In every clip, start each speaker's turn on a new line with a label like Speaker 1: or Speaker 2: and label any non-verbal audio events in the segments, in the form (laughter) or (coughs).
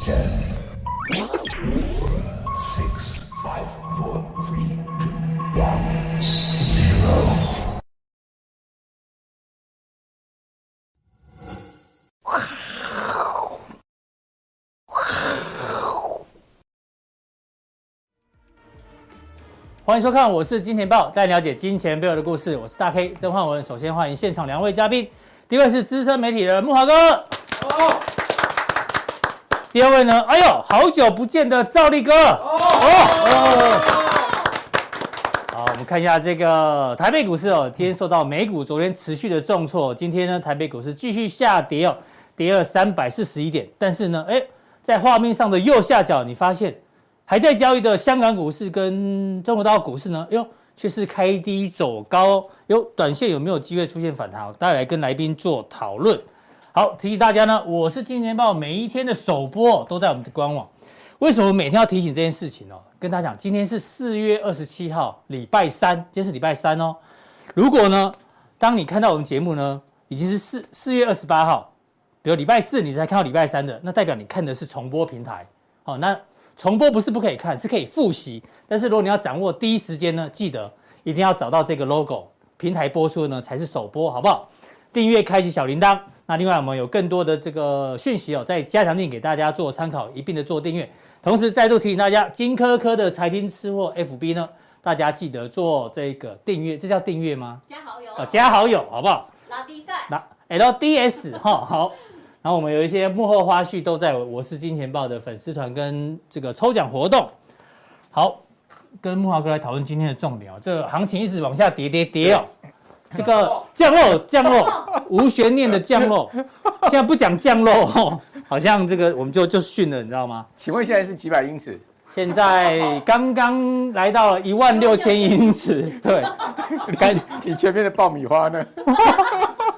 Speaker 1: Ten, six, five, four, three, two, one, zero.
Speaker 2: 欢迎收看，我是金钱豹，带你了解金钱背后的故事。我是大 K 曾焕文。首先欢迎现场两位嘉宾，第一位是资深媒体人木华哥，第二位呢，哎呦，好久不见的赵力哥，哦，好，我们看一下这个台北股市哦，今天受到美股昨天持续的重挫，今天呢，台北股市继续下跌哦，跌了三百四十一点，但是呢，哎，在画面上的右下角，你发现还在交易的香港股市跟中国大陆股市呢，哟，却是开低走高、哦，有短线有没有机会出现反弹？大家来跟来宾做讨论。好，提醒大家呢，我是金钱豹，每一天的首播都在我们的官网。为什么每天要提醒这件事情哦？跟大家讲，今天是四月二十七号，礼拜三，今天是礼拜三哦。如果呢，当你看到我们节目呢，已经是四四月二十八号，比如礼拜四你才看到礼拜三的，那代表你看的是重播平台。好、那重播不是不可以看，是可以复习。但是如果你要掌握第一时间呢，记得一定要找到这个 logo，平台播出呢才是首播，好不好？订阅、开启小铃铛。那另外我们有更多的这个讯息哦，在加强定给大家做参考，一并的做订阅。同时再度提醒大家，金科科的财经吃货 FB 呢，大家记得做这个订阅，这叫订阅吗？
Speaker 3: 加好友，
Speaker 2: 啊，加好友好不好？
Speaker 3: 拉低赛，
Speaker 2: 那 LDS 哈好，然后我们有一些幕后花絮都在我我是金钱豹的粉丝团跟这个抽奖活动。好，跟木华哥来讨论今天的重点哦，这个行情一直往下跌跌跌哦，这个降落降落无悬念的降落，现在不讲降落哦，好像这个我们就就训了，你知道吗？
Speaker 4: 请问现在是几百英尺？
Speaker 2: 现在刚刚来到了一万六千英尺，对，感
Speaker 4: 你前面的爆米花呢？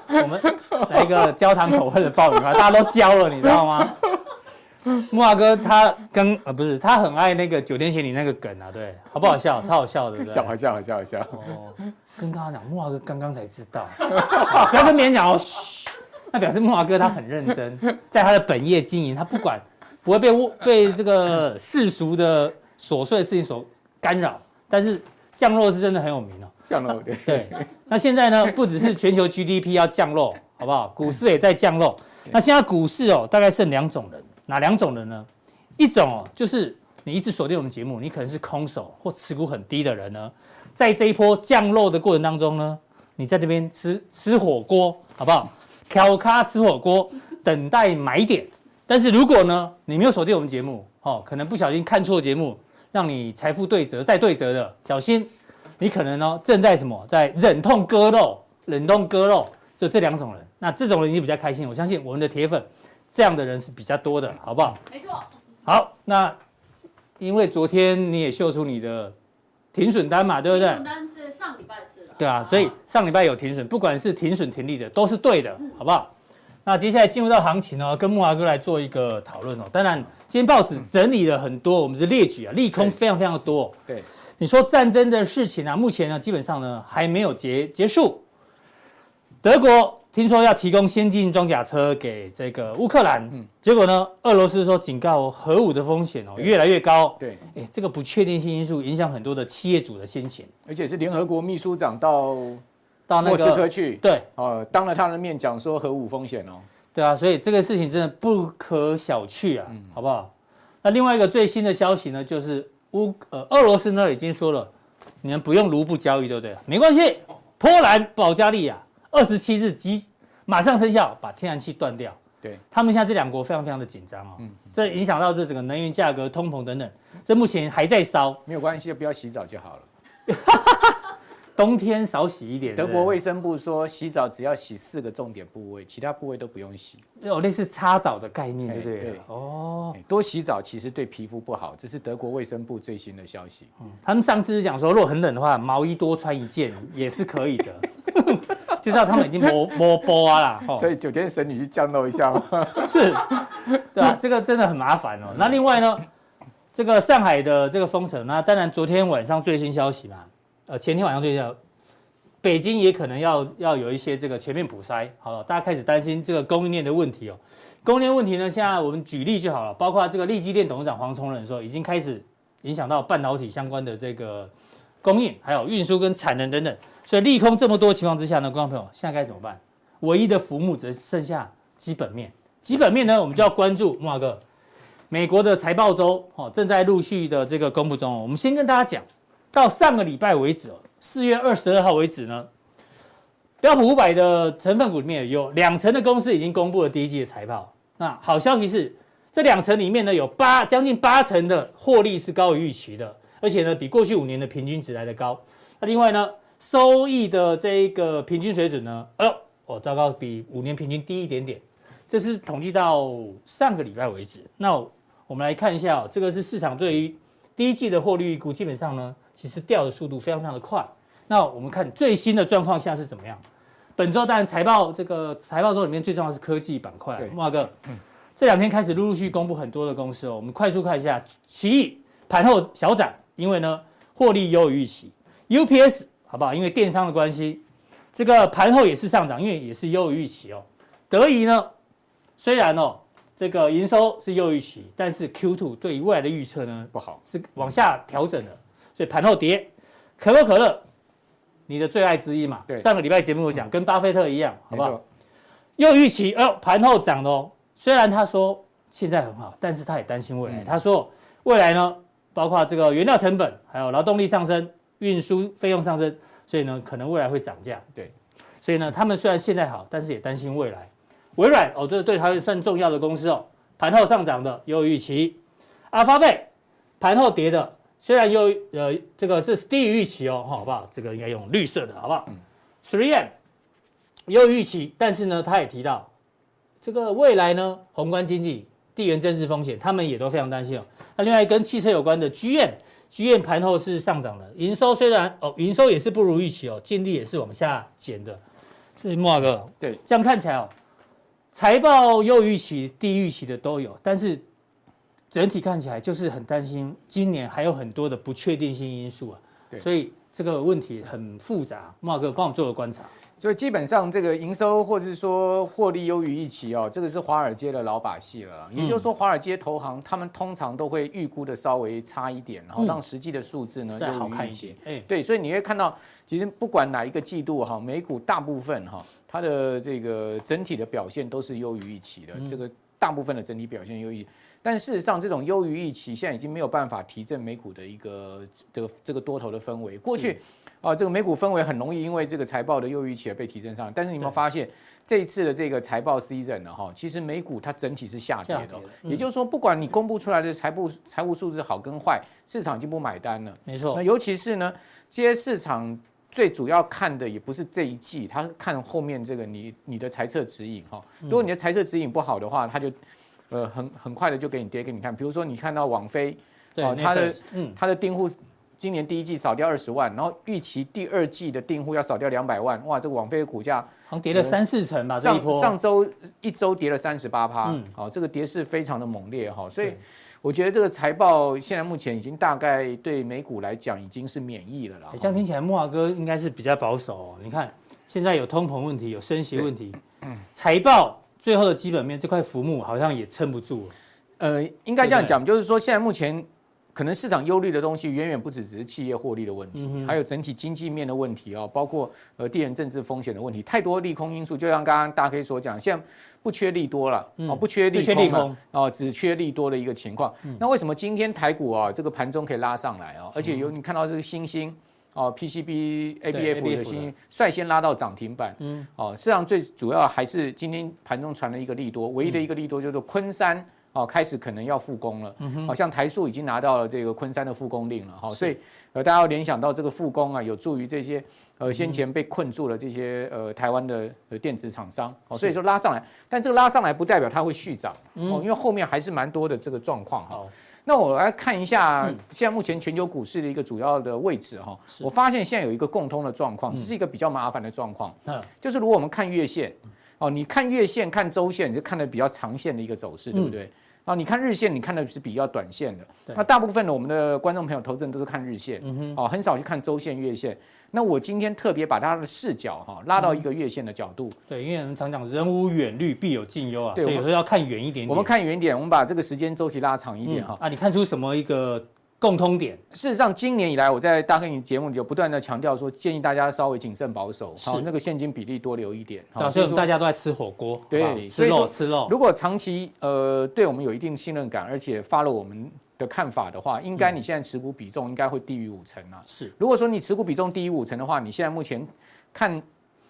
Speaker 2: 我们来一个焦糖口味的爆米花，大家都焦了，你知道吗？木华哥他跟呃不是他很爱那个九天玄女那个梗啊，对，好不好笑？超好笑的，对不
Speaker 4: 笑好
Speaker 2: 对？
Speaker 4: 笑好笑好笑！
Speaker 2: 哦，跟刚刚讲，木华哥刚刚才知道， (laughs) 好不要跟别人讲哦，嘘，那表示木华哥他很认真，在他的本业经营，他不管不会被污被这个世俗的琐碎的事情所干扰，但是降落是真的很有名哦。
Speaker 4: 降落
Speaker 2: (laughs)
Speaker 4: 对，
Speaker 2: 对，那现在呢，不只是全球 GDP 要降落，好不好？股市也在降落。那现在股市哦，大概剩两种人，哪两种人呢？一种哦，就是你一直锁定我们节目，你可能是空手或持股很低的人呢，在这一波降落的过程当中呢，你在这边吃吃火锅，好不好？挑咖吃火锅，等待买点。但是如果呢，你没有锁定我们节目，哦，可能不小心看错节目，让你财富对折再对折的，小心你可能呢正在什么，在忍痛割肉，忍痛割肉，就这两种人。那这种人已经比较开心，我相信我们的铁粉这样的人是比较多的，好不好？
Speaker 3: 没错，
Speaker 2: 好，那因为昨天你也秀出你的停损单嘛，对不对
Speaker 3: 订？单是上礼拜的事了，
Speaker 2: 对啊，所以上礼拜有停损，不管是停损停利的都是对的，好不好？那接下来进入到行情哦，跟木华哥来做一个讨论哦。当然，今天报纸整理了很多，我们是列举啊，利空非常非常多、
Speaker 4: 对，
Speaker 2: 你说战争的事情啊，目前呢基本上呢还没有结结束。德国听说要提供先进装甲车给这个乌克兰，结果呢，俄罗斯说警告核武的风险哦
Speaker 4: 嗯对
Speaker 2: 越来越高。
Speaker 4: 对，
Speaker 2: 哎，这个不确定性因素影响很多的企业主的心情。
Speaker 4: 而且是联合国秘书长到
Speaker 2: 到那
Speaker 4: 莫斯科
Speaker 2: 个
Speaker 4: 去，
Speaker 2: 对
Speaker 4: 哦，当了他的面讲说核武风险哦，
Speaker 2: 对啊，所以这个事情真的不可小觑啊，
Speaker 4: 嗯
Speaker 2: 好不好？那另外一个最新的消息呢，就是乌呃俄罗斯呢已经说了，你们不用卢布交易，对不对？没关系，波兰、保加利亚二十七日即马上生效，把天然气断掉。
Speaker 4: 对，
Speaker 2: 他们现在这两国非常非常的紧张哦，
Speaker 4: 嗯
Speaker 2: 这影响到这整个能源价格、通膨等等，这目前还在烧，
Speaker 4: 没有关系，不要洗澡就好了。
Speaker 2: 冬天少洗一点。
Speaker 4: 德
Speaker 2: 对
Speaker 4: 国
Speaker 2: 不对
Speaker 4: 卫生部说，洗澡只要洗四个重点部位，其他部位都不用洗。
Speaker 2: 有哦类似擦澡的概念，对不对？
Speaker 4: 哎对
Speaker 2: 哦，
Speaker 4: 哎多洗澡其实对皮肤不好，这是德国卫生部最新的消息。
Speaker 2: 他们上次是讲说，如果很冷的话，毛衣多穿一件也是可以的。 (laughs) 就知道他们已经摸摸波啊啦，哦
Speaker 4: 所以九天神女去降落一下
Speaker 2: (laughs)
Speaker 4: 嘛，
Speaker 2: 是，对啊，这个真的很麻烦哦。那另外呢，这个上海的这个封城，那当然昨天晚上最新消息嘛，呃，前天晚上最新消息，北京也可能要要有一些这个全面普筛，好，大家开始担心这个供应链的问题哦。供应链问题呢，现在我们举例就好了，包括这个利基电董事长黄崇仁说，已经开始影响到半导体相关的这个供应，还有运输跟产能等等。所以利空这么多情况之下呢，观众朋友，现在该怎么办？唯一的浮木只剩下基本面。基本面呢，我们就要关注木华哥，美国的财报周哦正在陆续的这个公布中哦。我们先跟大家讲，到上个礼拜为止哦，四月二十二号为止呢，标普五百的成分股里面有两成的公司已经公布了第一季的财报。那好消息是，这两成里面呢，有八将近八成的获利是高于预期的，而且呢，比过去五年的平均值来的高。那另外呢，收益的这一个平均水准呢，哎呦，哦，糟糕，比五年平均低一点点。这是统计到上个礼拜为止。那我们来看一下、哦，这个是市场对于第一季的获利预估，基本上呢，其实掉的速度非常非常的快。那我们看最新的状况下是怎么样？本周当然财报这个财报周里面最重要的是科技板块啊
Speaker 5: 对，
Speaker 2: 木华哥，这两天开始陆陆续续公布很多的公司哦。我们快速看一下，奇异盘后小涨，因为呢获利优于预期。UPS 好不好？因为电商的关系，这个盘后也是上涨，因为也是优于预期哦。德仪呢，虽然哦这个营收是优于预期，但是 Q2 对于未来的预测呢
Speaker 5: 不好。
Speaker 4: (laughs)
Speaker 2: 是往下调整了，所以盘后跌。可口可乐，你的最爱之一嘛，
Speaker 5: 对
Speaker 2: 上个礼拜节目有讲，跟巴菲特一样，好
Speaker 5: 没
Speaker 2: 不好？
Speaker 5: 错，
Speaker 2: 又预期，哦，盘后涨的哦。虽然他说现在很好，但是他也担心未来。
Speaker 5: 嗯
Speaker 2: 他说未来呢，包括这个原料成本，还有劳动力上升、运输费用上升，所以呢，可能未来会涨价。
Speaker 5: 对，
Speaker 2: 所以呢，他们虽然现在好，但是也担心未来。微软哦，这对他们算重要的公司哦，盘后上涨的优于预期。阿发贝盘后跌的，虽然优于呃这个是低于预期哦，好不好？这个应该用绿色的，好不好？Three
Speaker 5: 嗯
Speaker 2: M 优于预期，但是呢，他也提到这个未来呢，宏观经济、地缘政治风险，他们也都非常担心哦。那另外跟汽车有关的 GM，GM 盘后是上涨的，营收虽然哦，营收也是不如预期哦，净利也是往下减的。所以莫哥，
Speaker 5: 对，
Speaker 2: 这样看起来哦，财报优于预期、低于预期的都有，但是整体看起来就是很担心，今年还有很多的不确定性因素啊。
Speaker 5: 对
Speaker 2: 所以这个问题很复杂，莫哥帮我们做个观察。
Speaker 5: 所以基本上这个营收或是说获利优于预期哦，这个是华尔街的老把戏了啦。
Speaker 2: 嗯
Speaker 5: 也就是说，华尔街投行他们通常都会预估的稍微差一点，然后
Speaker 2: 嗯
Speaker 5: 让实际的数字呢
Speaker 2: 再好
Speaker 5: 优于
Speaker 2: 看
Speaker 5: 预
Speaker 2: 一
Speaker 5: 期
Speaker 2: 些。。哎，
Speaker 5: 对，所以你会看到，其实不管哪一个季度哈，美股大部分哈，它的这个整体的表现都是优于预期
Speaker 2: 嗯
Speaker 5: 的，这个大部分的整体表现优于。但事实上，这种优于预期现在已经没有办法提振美股的一个这个这个多头的氛围。过去啊，这个美股氛围很容易因为这个财报的优于预期而被提振上来，但是你有没有
Speaker 2: 对
Speaker 5: 发现这一次的这个财报 season 呢？哈，其实美股它整体是下跌
Speaker 2: 下
Speaker 5: 的
Speaker 2: 跌
Speaker 5: 哦
Speaker 2: 的，嗯
Speaker 5: 也就是说，不管你公布出来的财务财务数字好跟坏，市场已经不买单了。
Speaker 2: 没
Speaker 5: 那
Speaker 2: 错，
Speaker 5: 尤其是呢，这些市场最主要看的也不是这一季，它是看后面这个你你的财测指引哈、
Speaker 2: 嗯
Speaker 5: 如果你的财测指引不好的话，它就呃很很快的就给你跌给你看。比如说你看到网飞，
Speaker 2: 对
Speaker 5: 哦，它的
Speaker 2: Netflix，嗯，
Speaker 5: 它的订户今年第一季少掉二十万，然后预期第二季的订户要少掉两百万，哇，这个网飞的股价
Speaker 2: 好像跌了三四成吧，啊这一
Speaker 5: 上
Speaker 2: 波。
Speaker 5: 上周一周跌了三十八趴
Speaker 2: 嗯，
Speaker 5: 好、这个跌势非常的猛烈哈、所以
Speaker 2: 对
Speaker 5: 我觉得这个财报现在目前已经大概对美股来讲已经是免疫了啦。
Speaker 2: 哎
Speaker 5: 哈
Speaker 2: 这样听起来，木华哥应该是比较保守、哦。你看，现在有通膨问题，有升息问题，
Speaker 5: 嗯
Speaker 2: 财报最后的基本面这块浮木好像也撑不住了。
Speaker 5: 呃，应该这样讲，就是说现在目前可能市场忧虑的东西远远不只只是企业获利的问题，还有整体经济面的问题哦，包括呃地缘政治风险的问题，太多利空因素。就像刚刚大 K 所讲，现在不缺利多了，哦，不缺利
Speaker 2: 不缺
Speaker 5: 空
Speaker 2: 利
Speaker 5: 了，
Speaker 2: 空
Speaker 5: 哦，只缺利多的一个情况。那为什么今天台股啊、这个盘中可以拉上来啊、而且有你看到这个星星。哦，PCB、
Speaker 2: 对
Speaker 5: ABF 的
Speaker 2: ABF
Speaker 5: 星
Speaker 2: 的
Speaker 5: 星率先拉到涨停板。
Speaker 2: 嗯
Speaker 5: 嗯，哦，市场最主要还是今天盘中传了一个利多，唯一的一个利多就是昆山哦开始可能要复工了。嗯好像台塑已经拿到了这个昆山的复工令了哈、所以呃大家要联想到这个复工啊，有助于这些呃先前被困住了这些呃台湾的呃电子厂商哦，所以说拉上来，但这个拉上来不代表它会续涨
Speaker 2: 嗯
Speaker 5: 哦，因为后面还是蛮多的这个状况哈。
Speaker 2: 好，
Speaker 5: 那我来看一下
Speaker 2: 嗯
Speaker 5: 现在目前全球股市的一个主要的位置哈，我发现现在有一个共通的状况，这是一个比较麻烦的状况，
Speaker 2: 嗯，
Speaker 5: 就是
Speaker 2: 嗯
Speaker 5: 如果我们看月线，哦，你看月线、看周线，你就看的比较长线的一个走势，对不对？啊，你看日线，你看的是比较短线的。
Speaker 2: 对嗯
Speaker 5: 那大部分的我们的观众朋友、投资人都是看日线，哦，很少去看周线、月线。那我今天特别把它的视角哈、
Speaker 2: 嗯
Speaker 5: 拉到一个月线的角度，
Speaker 2: 对，因为我们常讲人无远虑，必有近忧啊，
Speaker 5: 对
Speaker 2: 所以
Speaker 5: 我
Speaker 2: 有时候要看远一点点。
Speaker 5: 我们看远一点，我们把这个时间周期拉长一点哈、
Speaker 2: 嗯啊，你看出什么一个共通点？
Speaker 5: 事实上，今年以来我在大黑影节目里就不断的强调说，建议大家稍微谨慎保守，
Speaker 2: 是
Speaker 5: 好、那个现金比例多留一点。
Speaker 2: 对啊，
Speaker 5: 就
Speaker 2: 所以我们
Speaker 5: 是说
Speaker 2: 大家都在吃火锅，好不好
Speaker 5: 对
Speaker 2: 吃
Speaker 5: 所以
Speaker 2: 肉
Speaker 5: 说
Speaker 2: 吃肉。
Speaker 5: 如果长期呃对我们有一定信任感，而且发了我们的看法的话，应该你现在持股比重应该会低于五成啊。
Speaker 2: 是，
Speaker 5: 如果说你持股比重低于五成的话，你现在目前看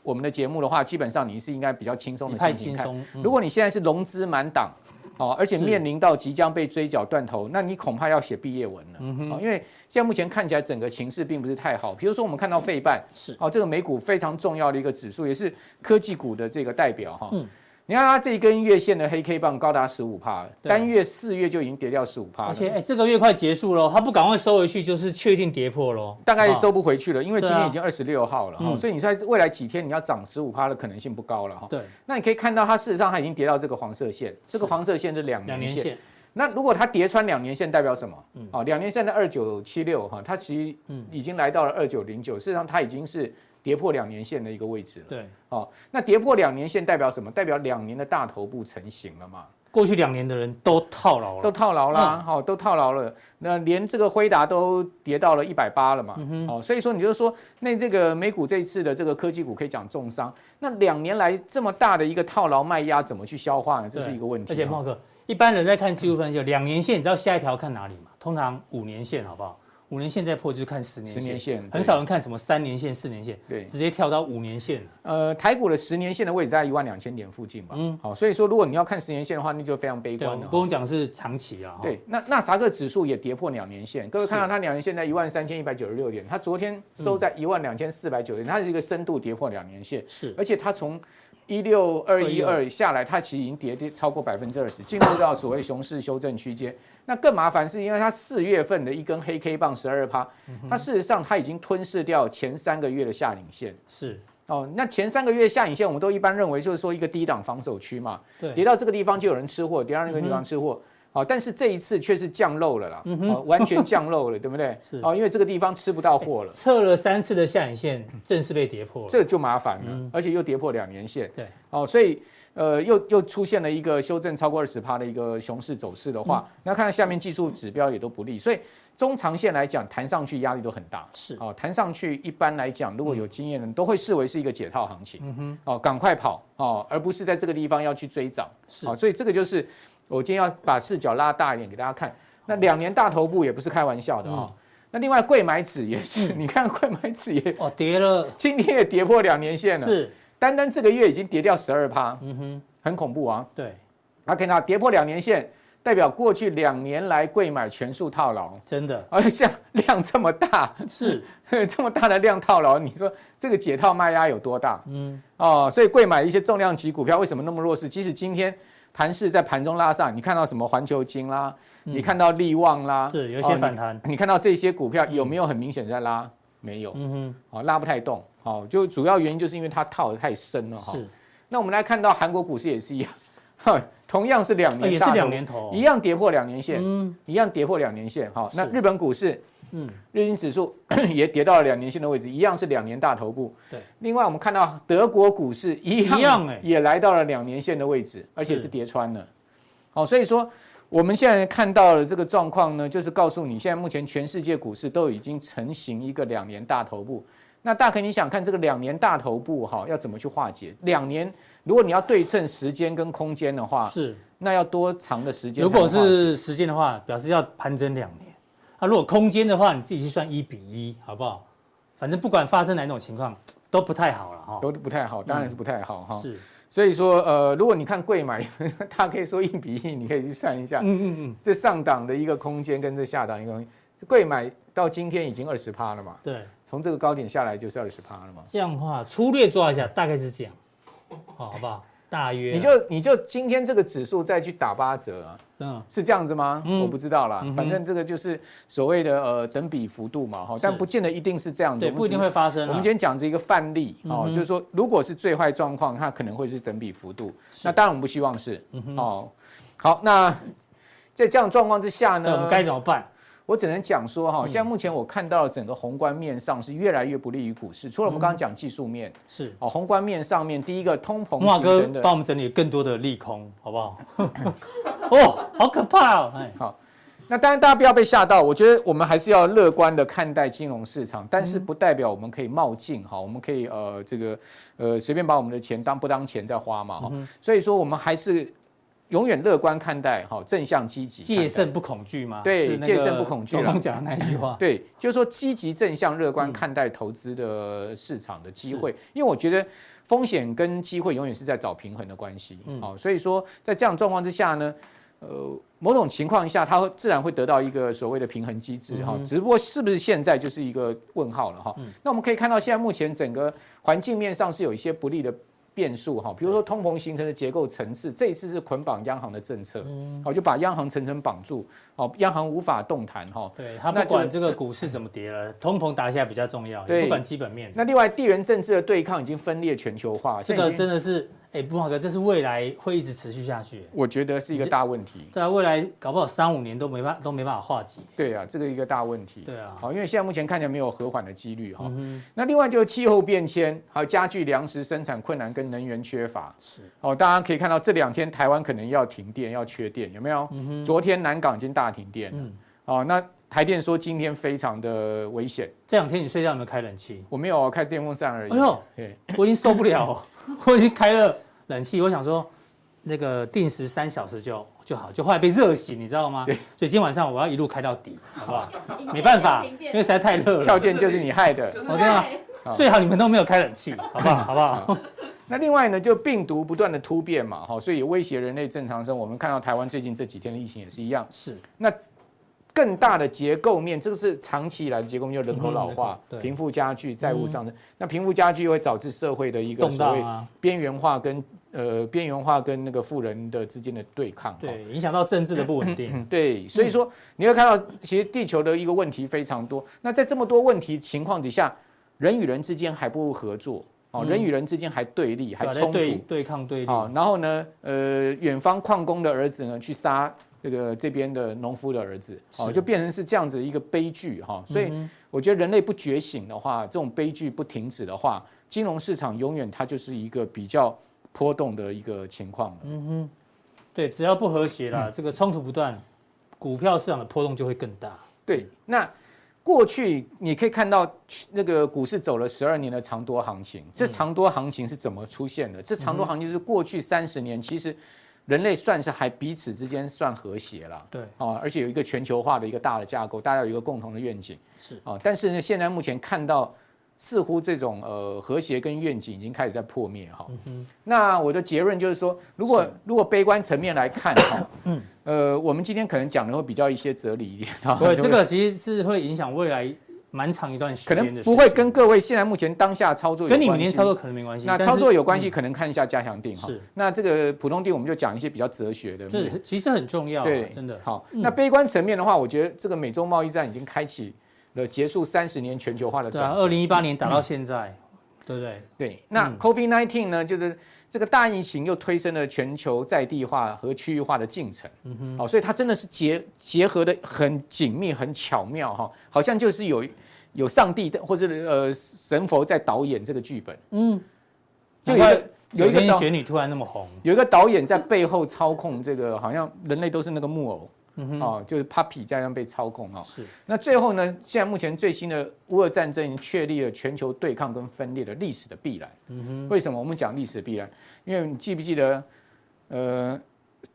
Speaker 5: 我们的节目的话，基本上你是应该比较轻松
Speaker 2: 你
Speaker 5: 的
Speaker 2: 太
Speaker 5: 心情
Speaker 2: 轻
Speaker 5: 看。
Speaker 2: 松，嗯
Speaker 5: 如果你现在是融资满档，哦，而且
Speaker 2: 是
Speaker 5: 面临到即将被追缴断头，那你恐怕要写毕业文了，
Speaker 2: 嗯
Speaker 5: 哦，因为现在目前看起来整个情势并不是太好。比如说我们看到费半，
Speaker 2: 是
Speaker 5: 哦，这个美股非常重要的一个指数，也是科技股的这个代表哈。
Speaker 2: 嗯
Speaker 5: 你看它这一根月线的黑 K 棒高达十五帕，
Speaker 2: 对啊
Speaker 5: 单月四月就已经跌掉十五帕
Speaker 2: 而
Speaker 5: 了，
Speaker 2: 且哎，这个月快结束了，他不赶快收回去，就是确定跌破喽。
Speaker 5: 大概
Speaker 2: 啊
Speaker 5: 收不回去了，因为今
Speaker 2: 对
Speaker 5: 天
Speaker 2: 啊
Speaker 5: 已经二十六号了哈，
Speaker 2: 嗯
Speaker 5: 所以你在未来几天你要涨十五帕的可能性不高了哈。
Speaker 2: 对
Speaker 5: 那你可以看到它事实上它已经跌到这个黄色线，这个黄色线是两
Speaker 2: 两
Speaker 5: 年
Speaker 2: 年
Speaker 5: 线。
Speaker 2: 线，
Speaker 5: 那如果它跌穿两年线，代表什么？
Speaker 2: 嗯
Speaker 5: 哦，两年线的二九七六哈，它其实已经来到了二九零九，事实上它已经是跌破两年线的一个位置了。
Speaker 2: 对，
Speaker 5: 哦，那跌破两年线代表什么？代表两年的大头部成型了嘛，
Speaker 2: 过去两年的人都套牢
Speaker 5: 都
Speaker 2: 了，
Speaker 5: 套牢啦，
Speaker 2: 嗯
Speaker 5: 好、都套牢了。那连这个辉达都跌到了一百八了嘛，
Speaker 2: 嗯
Speaker 5: 哦，所以说你就说，那这个美股这一次的这个科技股可以讲重伤，那两年来这么大的一个套牢卖压怎么去消化呢？这是
Speaker 2: 对
Speaker 5: 一个问题、
Speaker 2: 而且
Speaker 5: 哦
Speaker 2: 茂哥，一般人在看技术分析，两年线你知道下一条看哪里吗？通常五年线好不好？五年线再破就是看十年
Speaker 5: 十年
Speaker 2: 线，
Speaker 5: 线
Speaker 2: 很少人看什么三年线、四年线，
Speaker 5: 对
Speaker 2: 直接跳到五年线了。
Speaker 5: 呃，台股的十年线的位置在一万两千点附近吧。
Speaker 2: 嗯
Speaker 5: 嗯，好，所以说如果你要看十年线的话，那就非常悲
Speaker 2: 对，我
Speaker 5: 观
Speaker 2: 们
Speaker 5: 了
Speaker 2: 不
Speaker 5: 哈。
Speaker 2: 用讲是长期啊，哈
Speaker 5: 对，那纳萨克指数也跌破两年线，各位看到
Speaker 2: 是嗯
Speaker 5: 它两年线在一万三千一百九十六点，它昨天收在一万两千四百九十点，它是一个深度跌破两年线，
Speaker 2: 是
Speaker 5: 而且它从一六二一二下来，它其实已经跌跌超过百分之二十，进入到所谓熊市修正区间。那更麻烦是因为它四月份的一根黑 K 棒十二趴，
Speaker 2: 嗯
Speaker 5: 它事实上它已经吞噬掉前三个月的下影线。
Speaker 2: 是，
Speaker 5: 哦，那前三个月下影线，我们都一般认为就是说一个低档防守区嘛，跌
Speaker 2: 对，嗯
Speaker 5: 到这个地方就有人吃货，跌到那个地方吃货。哦，但是这一次却是降漏了啦，哦，完全降漏了，对不对
Speaker 2: (laughs) 是？哎
Speaker 5: 哦，因为这个地方吃不到货了，
Speaker 2: 测了三次的下影线正式被跌破了，
Speaker 5: 这就麻烦了，而且又跌破两年线。
Speaker 2: 嗯对，
Speaker 5: 哦，所以呃，又又出现了一个修正超过二十趴的一个熊市走势的
Speaker 2: 嗯
Speaker 5: 话，那看看下面技术指标也都不利，所以中长线来讲，弹上去压力都很大。
Speaker 2: 是嗯
Speaker 5: 哦，弹上去一般来讲，如果有经验的人都会视为是一个解套行情，哦，赶快跑哦，而不是在这个地方要去追涨，
Speaker 2: 是
Speaker 5: 哦，所以这个就是我今天要把视角拉大一点给大家看，那两年大头部也不是开玩笑
Speaker 2: 嗯
Speaker 5: 的哦。那另外，贵买指也是，你看贵买指也
Speaker 2: 哦，跌了，
Speaker 5: 今天也跌破两年线了，
Speaker 2: 是，
Speaker 5: 单单这个月已经跌掉十二趴，
Speaker 2: 嗯哼，
Speaker 5: 很恐怖啊！
Speaker 2: 对，
Speaker 5: 大家看到跌破两年线，代表过去两年来贵买全数套牢，
Speaker 2: 真的
Speaker 5: 而且像量这么大，
Speaker 2: 是，
Speaker 5: (laughs) 这么大的量套牢，你说这个解套卖压有多大？
Speaker 2: 嗯，
Speaker 5: 哦，所以贵买一些重量级股票为什么那么弱势？即使今天盘势在盘中拉上，你看到什么环球金啦，你看到力旺啦，
Speaker 2: 嗯是嗯有一些
Speaker 5: 哦
Speaker 2: 反弹，
Speaker 5: 你你看到这些股票有没有很明显在拉？没有，
Speaker 2: 嗯
Speaker 5: 哦，拉不太动，哦，就主要原因就是因为它套得太深了，哈、哦
Speaker 2: 哼，是，
Speaker 5: 那我们来看到韩国股市也是一样， (laughs) 哈，同样是两
Speaker 2: 呃
Speaker 5: 年
Speaker 2: 也是
Speaker 5: 大头，
Speaker 2: 两年头
Speaker 5: 一
Speaker 2: 哦，
Speaker 5: 样跌破两年线，
Speaker 2: 嗯
Speaker 5: 一样跌破两年线。好，那
Speaker 2: 是
Speaker 5: 日本股市，
Speaker 2: 嗯，
Speaker 5: 日经指数 (coughs) 也跌到了两年线的位置，一样是两年大头部。
Speaker 2: 对。
Speaker 5: 另外，我们看到德国股市一样
Speaker 2: 一样欸
Speaker 5: 也来到了两年线的位置，而且
Speaker 2: 是
Speaker 5: 是跌穿了。好，所以说我们现在看到的这个状况呢，就是告诉你，现在目前全世界股市都已经成型一个两年大头部。那大可，你想看这个两年大头部哈，要怎么去化解？两年，如果你要对称时间跟空间的话，
Speaker 2: 是。
Speaker 5: 那要多长的时间才
Speaker 2: 如果
Speaker 5: 能化解？
Speaker 2: 是时间的话，表示要盘整两年。啊，如果空间的话，你自己去算一比一，好不好？反正不管发生哪种情况，都不太好了哈。
Speaker 5: 都不太好，当然是不太好哈。
Speaker 2: 是，
Speaker 5: 所以说，呃，如果你看贵买， (laughs) 它可以说一比一，你可以去算一下，
Speaker 2: 嗯嗯嗯，
Speaker 5: 这上档的一个空间跟这下档一个空间，这贵买到今天已经二十趴了嘛，
Speaker 2: 对，
Speaker 5: 从这个高点下来就是二十趴了嘛。
Speaker 2: 这样的话粗略抓一下，大概是这样，哦好，好不好？大约啊
Speaker 5: 你就你就今天这个指数再去打八折、啊，
Speaker 2: 嗯
Speaker 5: 是这样子吗？
Speaker 2: 嗯
Speaker 5: 我不知道啦，
Speaker 2: 嗯哼
Speaker 5: 反正这个就是所谓的呃等比幅度嘛，哈，但
Speaker 2: 是
Speaker 5: 不见得一定是这样子，
Speaker 2: 对，
Speaker 5: 我们
Speaker 2: 不一定
Speaker 5: 只
Speaker 2: 会发生啊。
Speaker 5: 我们今天讲这一个范例
Speaker 2: 嗯
Speaker 5: 哦，
Speaker 2: 哼
Speaker 5: 就是说，如果是最坏状
Speaker 2: 嗯
Speaker 5: 况，它可能会是等比幅度。那当然我们不希望是哦。好，那在这样的状况之下
Speaker 2: 对，我
Speaker 5: 呢
Speaker 2: 们，该怎么嗯办？
Speaker 5: 我只能讲说哈，现在目前我看到整个宏观面上是越来越不利于股市，除了我们刚刚讲技术面，
Speaker 2: 是，
Speaker 5: 哦，宏观面上面第一个通膨
Speaker 2: 嗯木华
Speaker 5: 形
Speaker 2: 哥
Speaker 5: 成的
Speaker 2: 帮我们整理更多的利空，好不好？ (laughs) 哦，好可怕哦！哎，
Speaker 5: 那当然，大家不要被吓到。我觉得我们还是要乐观的看待金融市场，但是不代表我们可以冒进哈，我们可以呃这个呃随便把我们的钱当不当钱在花嘛哈。所以说，我们还是永远乐观看待哈，正向积极，
Speaker 2: 戒慎。不恐惧嘛，
Speaker 5: 对
Speaker 2: 是那个
Speaker 5: 戒慎不恐惧啦啊
Speaker 2: 总统讲的那一句
Speaker 5: (laughs)
Speaker 2: 话，
Speaker 5: 对，就是说积极正向乐
Speaker 2: 嗯
Speaker 5: 观看待投资的市场的机会，因为我觉得风险跟机会永远是在找平衡的关系。
Speaker 2: 嗯
Speaker 5: 好，所以说在这样的状况之下呢，呃，某种情况下它会自然会得到一个所谓的平衡机制哈
Speaker 2: 嗯。哼嗯
Speaker 5: 只不过是不是现在就是一个问号了哈。那我们可以看到现在目前整个环境面上是有一些不利的。变数哈，比如说通膨形成的结构层次，这一次是捆绑央行的政策，
Speaker 2: 嗯
Speaker 5: 哦好就把央行层层绑住，好央行无法动弹哈，
Speaker 2: 对他
Speaker 5: 那
Speaker 2: 不
Speaker 5: 就
Speaker 2: 管这个股市怎么跌了，通膨打下来比较重要，也
Speaker 5: 对
Speaker 2: 不管基本面。
Speaker 5: 那另外，地缘政治的对抗已经分裂全球化，
Speaker 2: 这
Speaker 5: 现在
Speaker 2: 个
Speaker 5: 已经
Speaker 2: 真的是，哎，布华哥，这是未来会一直持续下去。
Speaker 5: 我觉得是一个大问题。
Speaker 2: 对啊，未来搞不好三五年都没办都没办法化解。
Speaker 5: 对啊，这个一个大问题。
Speaker 2: 对啊嗯
Speaker 5: 好，因为现在目前看起来没有和缓的几率哈。那另外就是气候变迁，还有加剧粮食生产困难跟能源缺乏。
Speaker 2: 是
Speaker 5: 哦，大家可以看到这两天台湾可能要停电，要缺电，有没有？昨天南港已经大停电了
Speaker 2: 嗯。
Speaker 5: 哦，那台电说今天非常的危险，
Speaker 2: 这两天你睡觉有没有开冷气？
Speaker 5: 我没有开电风扇而已。
Speaker 2: 哎呦，
Speaker 5: 对，
Speaker 2: 我已经受不了了，我已经开了冷气，我想说那个定时三小时就就好，就后来被热醒，你知道吗？
Speaker 5: 对
Speaker 2: 所以今天晚上我要一路开到底，好不好？
Speaker 3: 啊
Speaker 2: 没办法，因为实在太热
Speaker 5: 跳
Speaker 2: 了。
Speaker 5: 电就是你害的。
Speaker 2: 我真的最好你们都没有开冷气，好不
Speaker 5: (laughs)
Speaker 2: 好？好不好？
Speaker 5: 那另外呢，就病毒不断的突变嘛，哈，所以也威胁人类正常生活。我们看到台湾最近这几天的疫情也是一样，
Speaker 2: 是
Speaker 5: 更大的结构面，这个是长期以来的结构面，就人口老
Speaker 2: 嗯
Speaker 5: 化
Speaker 2: 人口对、嗯
Speaker 5: 贫富加剧、债务上升。那贫富加剧又会导致社会的一个
Speaker 2: 动
Speaker 5: 所
Speaker 2: 荡
Speaker 5: 谓
Speaker 2: 啊，
Speaker 5: 边缘化跟呃边缘化跟那个富人的之间的对抗。哈
Speaker 2: 对，影嗯响到政治的不稳
Speaker 5: 嗯
Speaker 2: 定。
Speaker 5: 对，所以说你会看到，其实地球的一个问题非常多。那在这么多问题情况底下，人与人之间还不合作哦，
Speaker 2: 嗯
Speaker 5: 人与人之间还对立，还
Speaker 2: 对吧啊在
Speaker 5: 冲突。
Speaker 2: 对对抗对立，
Speaker 5: 好，然后呢，呃，远方矿工的儿子呢去杀这个这边的农夫的儿子，哦，
Speaker 2: 是
Speaker 5: 就变成是这样子一个悲剧哈、所以
Speaker 2: 嗯
Speaker 5: 我觉得人类不觉醒的话，这种悲剧不停止的话，金融市场永远它就是一个比较波动的一个情况了。
Speaker 2: 哼对，只要不和谐啦，
Speaker 5: 嗯
Speaker 2: 这个冲突不断，股票市场的波动就会更大。
Speaker 5: 对，那过去你可以看到去那个股市走了十二年的长多行情，
Speaker 2: 嗯
Speaker 5: 这长多行情是怎么出现的？这长多行情是过去三十年其实人类算是还彼此之间算和谐了。
Speaker 2: 对，
Speaker 5: 啊，而且有一个全球化的一个大的架构，大家有一个共同的愿景
Speaker 2: 是
Speaker 5: 啊。但是呢，现在目前看到，似乎这种呃和谐跟愿景已经开始在破灭哈。
Speaker 2: 嗯
Speaker 5: 那我的结论就是说，如果如果悲观层面来看哈，嗯，呃，我们今天可能讲的会比较一些哲理一点哈，
Speaker 2: 不过
Speaker 5: 就
Speaker 2: 这个其实是会影响未来蛮长一段时
Speaker 5: 可
Speaker 2: 间的
Speaker 5: 能
Speaker 2: 事情，
Speaker 5: 不会跟各位现在目前当下操作有
Speaker 2: 跟你明
Speaker 5: 关
Speaker 2: 天
Speaker 5: 系
Speaker 2: 操作可能没关系，
Speaker 5: 那
Speaker 2: 但是嗯
Speaker 5: 操作有关系，可能看一下加强定哈
Speaker 2: 是。
Speaker 5: 那这个普通定我们就讲一些比较哲学的，
Speaker 2: 嗯
Speaker 5: 嗯
Speaker 2: 这其实很重要啊，
Speaker 5: 对，
Speaker 2: 真的。
Speaker 5: 好。那悲观层面的话，我觉得这个美洲贸易战已经开启了结束三十年全球化的
Speaker 2: 对啊
Speaker 5: 转，折。
Speaker 2: 二零一嗯八年打
Speaker 5: 嗯
Speaker 2: 到现在，对不对？
Speaker 5: 对，那 COVID-19 呢，就是这个大疫情又推升了全球在地化和区域化的进程。嗯哼，好，所以它真的是结结合的很紧密、很巧妙哈，好像就是有有上帝的或者呃神佛在导演这个剧本。
Speaker 2: 嗯，
Speaker 5: 就有一个有
Speaker 2: 有
Speaker 5: 一
Speaker 2: 一
Speaker 5: 个
Speaker 2: 天
Speaker 5: 导
Speaker 2: 雪女突然那么红，
Speaker 5: 有一个导演在背后操控这个，好像人类都是那个木偶。
Speaker 2: 嗯
Speaker 5: 哦，就是 Puppy 这样被操控哦，
Speaker 2: 是
Speaker 5: 那最后呢？现在目前最新的乌俄战争已经确立了全球对抗跟分裂的历史的必然。
Speaker 2: 嗯
Speaker 5: 为什么我们讲历史的必然？因为你记不记得，呃，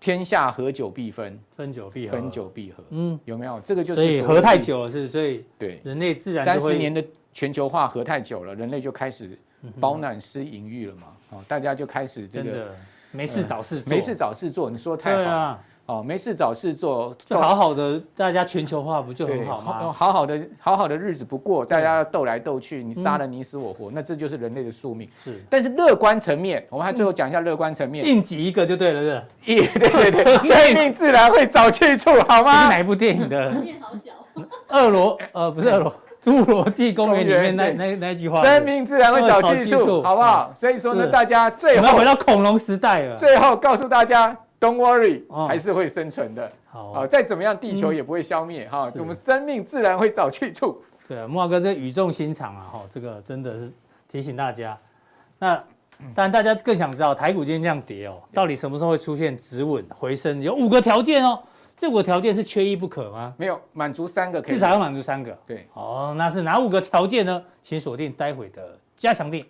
Speaker 5: 天下合久必分，
Speaker 2: 分久必合，
Speaker 5: 分久必合，
Speaker 2: 嗯，
Speaker 5: 有没有？这个就是
Speaker 2: 所以
Speaker 5: 所谓
Speaker 2: 合太久了，是所以
Speaker 5: 对，
Speaker 2: 人类自然
Speaker 5: 三
Speaker 2: 就会
Speaker 5: 十年的全球化合太久了，人类就开始饱暖思淫欲了嘛。哦，大家就开始这
Speaker 2: 嗯真
Speaker 5: 个嗯
Speaker 2: 的没事找事做，
Speaker 5: 没事找事做，你说得太
Speaker 2: 对
Speaker 5: 好了
Speaker 2: 啊，
Speaker 5: 哦，没事找事做，
Speaker 2: 就好好的大家全球化不就
Speaker 5: 对，
Speaker 2: 很好吗？
Speaker 5: 好好的好好的日子不过，大家要斗来斗去，你杀了你死我
Speaker 2: 嗯
Speaker 5: 活，那这就是人类的宿命。
Speaker 2: 是
Speaker 5: 但是乐观层面，我们还最后讲一下乐观层面， (laughs)
Speaker 2: 应急一个就对了，是吧
Speaker 5: 一对对对，
Speaker 2: 生
Speaker 5: 生命自然会找去处，好
Speaker 2: 这是
Speaker 5: 吗？
Speaker 2: 哪一部电影的？
Speaker 3: 面好
Speaker 2: (laughs)
Speaker 3: 小，
Speaker 2: 二罗呃不是二罗，侏罗纪公园里面那
Speaker 5: 公园
Speaker 2: 那那句话，
Speaker 5: 生命自然会找去
Speaker 2: 会找去
Speaker 5: 处，
Speaker 2: 处
Speaker 5: 好不好？所以说呢，
Speaker 2: 是
Speaker 5: 大家
Speaker 2: 我
Speaker 5: 最
Speaker 2: 们要回
Speaker 5: 后
Speaker 2: 到恐龙时代了。
Speaker 5: 最后告诉大家，
Speaker 4: Don't worry，、
Speaker 2: 哦
Speaker 4: 还是会生存的。啊、
Speaker 2: 好，
Speaker 5: 哦
Speaker 4: 再怎么样，地球也不会消灭哈、
Speaker 2: 哦嗯是
Speaker 4: 我们生命自然会找去处。
Speaker 2: 对啊，木华哥这个语重心长啊，哈，这个真的是提醒大家。那当然，大家更想知道台股今天这样跌哦，到底什么时候会出现止稳回升？有五个条件哦，这五个条件是缺一不可吗？
Speaker 4: 没有满足三个可以，
Speaker 2: 至少要满足三个。
Speaker 4: 对。
Speaker 2: 哦，那是哪五个条件呢？请锁定待会的加强定。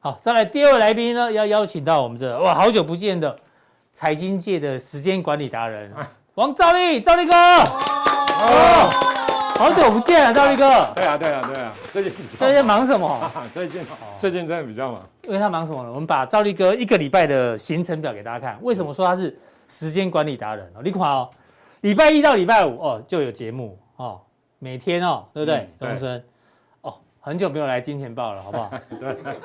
Speaker 2: 好，再来第二位来宾呢，要邀请到我们这哇好久不见的财经界的时间管理达人王兆力，兆力哥，哦，好久不见啊，兆力哥，
Speaker 5: 对啊，对啊，对啊，最近比较
Speaker 2: 大家在忙什么？
Speaker 5: 啊，最近
Speaker 2: 哦
Speaker 5: 最近真的比较忙。
Speaker 2: 因为他忙什么呢？我们把赵力哥一个礼拜的行程表给大家看。为什么说他是时间管理达人哦？你看哦，礼拜一到礼拜五哦就有节目哦，每天哦，对不对
Speaker 5: 嗯？对
Speaker 2: 东升哦，很久没有来金钱豹了，好不
Speaker 5: (laughs)
Speaker 2: 好？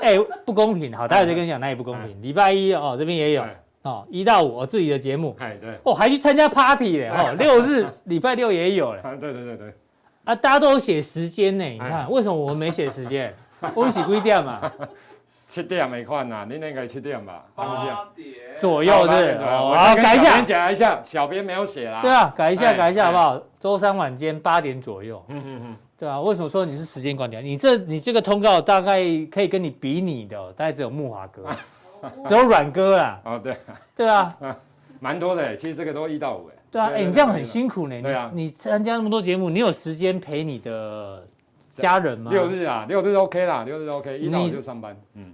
Speaker 2: 哎，不公平，好，待会再跟你讲哪里不公
Speaker 5: 嗯
Speaker 2: 平。礼拜一哦，这边也有
Speaker 5: 哎
Speaker 2: 哦，一到五我自己的节目
Speaker 5: 哎，对，
Speaker 2: 哦，还去参加 party 嘞
Speaker 5: (laughs)
Speaker 2: 哦，六日礼拜六也有嘞
Speaker 5: 啊，对对对对，
Speaker 2: 啊，大家都有写时间呢，你
Speaker 5: 哎
Speaker 2: 看为什么我们没写时间？ (laughs) 我们是规定嘛。
Speaker 5: 七点没看呐，您那个七点吧，
Speaker 2: 哦
Speaker 5: 他们讲
Speaker 2: 左右
Speaker 5: 八
Speaker 2: 是
Speaker 5: 点左右
Speaker 2: 哦，
Speaker 5: 我
Speaker 2: 好
Speaker 5: 先跟
Speaker 2: 改一
Speaker 5: 小
Speaker 2: 下
Speaker 5: 编，讲一下，小编没有写啦。
Speaker 2: 对，啊，改一下，
Speaker 5: 哎
Speaker 2: 改一下好不好？周三晚间八点左右，
Speaker 5: 嗯嗯
Speaker 2: 对啊。为什么说你是时间观点？你这你这个通告大概可以跟你比拟的哦，大概只有木华
Speaker 5: (laughs)
Speaker 2: 哥，只有阮哥啦，
Speaker 5: (laughs) 嗯，哦对，
Speaker 2: 对啊，
Speaker 5: 蛮多的，其实这个都一到五哎。
Speaker 2: 对啊。哎，你这样很。辛苦呢，
Speaker 5: 对啊
Speaker 2: 你你参加那么多节目，你有时间陪你的家人吗？
Speaker 5: 六日啊，六日 OK 啦，六日 OK，一到
Speaker 2: 你
Speaker 5: 五就上班。嗯，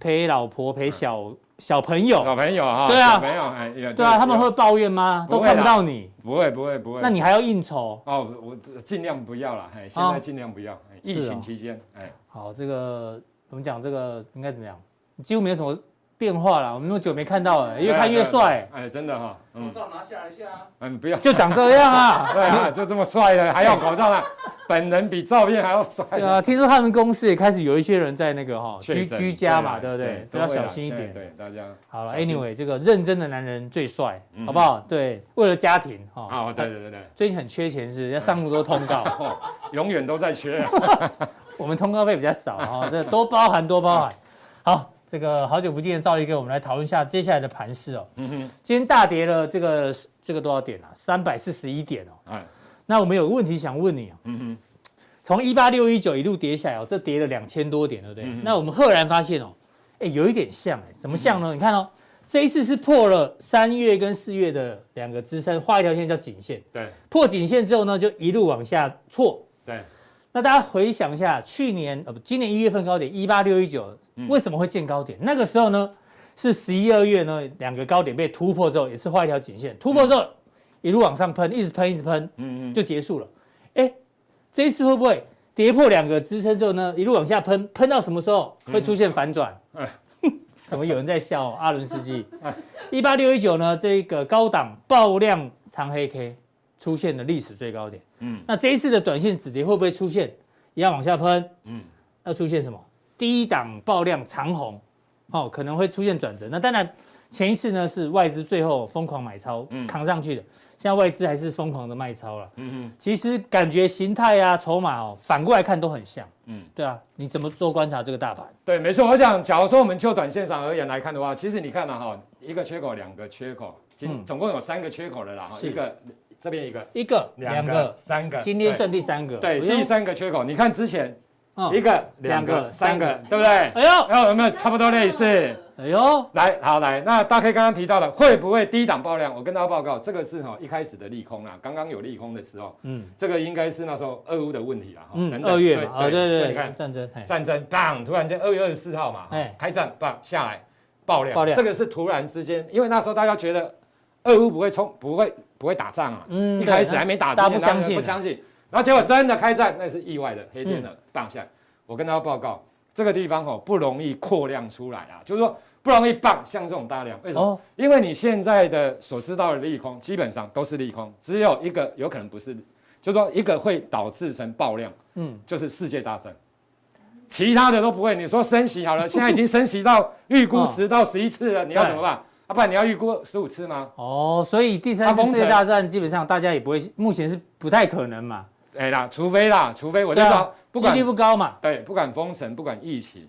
Speaker 2: 陪老婆，陪小小朋友，
Speaker 5: 老朋友哈，
Speaker 2: 对啊
Speaker 5: 小朋友哎，有
Speaker 2: 对啊，他们会抱怨吗？
Speaker 5: 不
Speaker 2: 都
Speaker 5: 会
Speaker 2: 看不
Speaker 5: 啦
Speaker 2: 到你，
Speaker 5: 不会不会不会？
Speaker 2: 那你还要应酬。
Speaker 5: 哦，我尽量不要啦，哎，现
Speaker 2: 哦
Speaker 5: 在尽量不要，哎疫
Speaker 2: 是哦
Speaker 5: 情期间，哎，
Speaker 2: 好，这个我们讲这个应该怎么样？几乎没有什么变化啦，我们那么久没看到了，越看越帅，
Speaker 5: 哎，真的哈，嗯
Speaker 6: 口罩拿下来一下啊，
Speaker 5: 嗯，不要。
Speaker 2: 就长这样
Speaker 5: (laughs)
Speaker 2: 啊。
Speaker 5: 对啊，就这么帅了，还要口
Speaker 2: (laughs)
Speaker 5: 罩呢？本人比照片还要帅。
Speaker 2: 对啊，听说他们公司也开始有一些人在那个哈
Speaker 5: 确
Speaker 2: 居
Speaker 5: 诊，啊
Speaker 2: 居家嘛，对不对？都
Speaker 5: 都
Speaker 2: 要
Speaker 5: 会
Speaker 2: 小
Speaker 5: 啦
Speaker 2: 心一
Speaker 5: 现在
Speaker 2: 点。
Speaker 5: 对，大家
Speaker 2: 好了
Speaker 5: 小心
Speaker 2: ，anyway，这个认真的男人最帅，
Speaker 5: 嗯
Speaker 2: 好不好？对，为了家庭哈。
Speaker 5: 啊，对对对对，
Speaker 2: 最近很缺钱是不是，要上路都通告， (laughs)
Speaker 5: 永远都在缺啊。
Speaker 2: 我们通告费比较少哈，这多包含多包含。好，这个好久不见的赵力哥，我们来讨论一下接下来的盘势哦。
Speaker 5: 嗯哼，
Speaker 2: 今天大跌了这个这个多少点啊？三百四十一点哦。
Speaker 5: 哎，
Speaker 2: 那我们有个问题想问你啊，
Speaker 5: 嗯哼，
Speaker 2: 从一八六一九一路跌下来哦，这跌了两千多点，对不对？
Speaker 5: 嗯
Speaker 2: 那我们赫然发现哦，哎，有一点像哎，怎么像
Speaker 5: 嗯
Speaker 2: 呢？你看哦，这一次是破了三月跟四月的两个支撑，画一条线叫颈线，
Speaker 5: 对
Speaker 2: 破颈线之后呢，就一路往下挫。
Speaker 5: 对，
Speaker 2: 那大家回想一下，去年呃不，今年一月份高点一八六一九，
Speaker 5: 嗯
Speaker 2: 为什么会见高点？那个时候呢，是十一二月呢，两个高点被突破之后，也是画一条颈线，突破之后、一路往上喷，一直喷，一直喷，
Speaker 5: 嗯嗯，
Speaker 2: 就结束了。哎，这一次会不会跌破两个支撑之后呢，一路往下喷，喷到什么时候会出现反转？ (laughs) 怎么有人在笑哦、阿伦斯基？一八六一九呢，这个高档爆量长黑 K 出现了历史最高点。嗯
Speaker 5: 嗯，
Speaker 2: 那这一次的短线止跌会不会出现一样往下喷？嗯
Speaker 5: 嗯，
Speaker 2: 要出现什么？低档爆量长红，哦，可能会出现转折。那当然，前一次呢是外资最后疯狂买超、
Speaker 5: 嗯
Speaker 2: 扛上去的，现在外资还是疯狂的卖超了。
Speaker 5: 嗯哼，
Speaker 2: 其实感觉形态啊、筹码哦，反过来看都很像。嗯
Speaker 5: 嗯，
Speaker 2: 对啊，你怎么做观察这个大盘？
Speaker 5: 对，没错。我想，假如说我们就短线上而言来看的话，其实你看了哈，一个缺口，两个缺口，
Speaker 2: 嗯
Speaker 5: 今总共有三个缺口了啦，哈
Speaker 2: 是
Speaker 5: 一个这边一个，
Speaker 2: 一个、两
Speaker 5: 两
Speaker 2: 个
Speaker 5: 个，，三个，
Speaker 2: 今天
Speaker 5: 对
Speaker 2: 算第三个。
Speaker 5: 对
Speaker 2: 哎呦
Speaker 5: 第，三个缺口，你看之前一
Speaker 2: 嗯，
Speaker 5: 个、
Speaker 2: 两
Speaker 5: 两
Speaker 2: 个
Speaker 5: 个、
Speaker 2: 三
Speaker 5: 三
Speaker 2: 个
Speaker 5: 个，对不对？
Speaker 2: 哎呦，
Speaker 5: 然后有没有差不多类似？
Speaker 2: 哎呦，
Speaker 5: 来，好来，那大 K 刚刚提到了，会不会低档爆量？我跟大家报告，这个是哈、一开始的利空啦，刚刚有利空的时候，
Speaker 2: 嗯
Speaker 5: 这个应该是那时候俄乌的问题啦，哈、
Speaker 2: 嗯，
Speaker 5: 等等
Speaker 2: 二月
Speaker 5: 所以
Speaker 2: 嘛，啊，对
Speaker 5: 所以
Speaker 2: 对
Speaker 5: 你
Speaker 2: 对，
Speaker 5: 看
Speaker 2: 战争，哎
Speaker 5: 战争，棒，突然间二月二十四号嘛，哈
Speaker 2: 哎
Speaker 5: 开战，棒下来爆量，
Speaker 2: 爆量
Speaker 5: 这个是突然之间，因为那时候大家觉得俄乌不会冲，不会不会打仗啊，
Speaker 2: 嗯
Speaker 5: 一开
Speaker 2: 对
Speaker 5: 始还没打之
Speaker 2: 大家
Speaker 5: 前，
Speaker 2: 不相信
Speaker 5: 不相信，然后结果真的开战，那是意外的黑
Speaker 2: 嗯
Speaker 5: 天鹅棒下来。我跟大家报告，这个地方哦不容易扩量出来啊，就是说不容易棒，像这种大量，为什么？
Speaker 2: 哦
Speaker 5: 因为你现在的所知道的利空，基本上都是利空，只有一个有可能不是，就是说一个会导致成爆量，
Speaker 2: 嗯，
Speaker 5: 就是世界大战，其他的都不会。你说升息好了，现在已经升息到预估
Speaker 2: 哦
Speaker 5: 十到十一次了，你要怎么办？啊，不然你要预估十五次吗？
Speaker 2: 哦，所以第三次世
Speaker 5: 它封城
Speaker 2: 界大战基本上大家也不会，目前是不太可能嘛，
Speaker 5: 哎啦，除非啦，除非我就
Speaker 2: 对
Speaker 5: 说、
Speaker 2: 啊，
Speaker 5: 不
Speaker 2: 几
Speaker 5: 管
Speaker 2: 率不高嘛，
Speaker 5: 对，不管封城，不管疫情，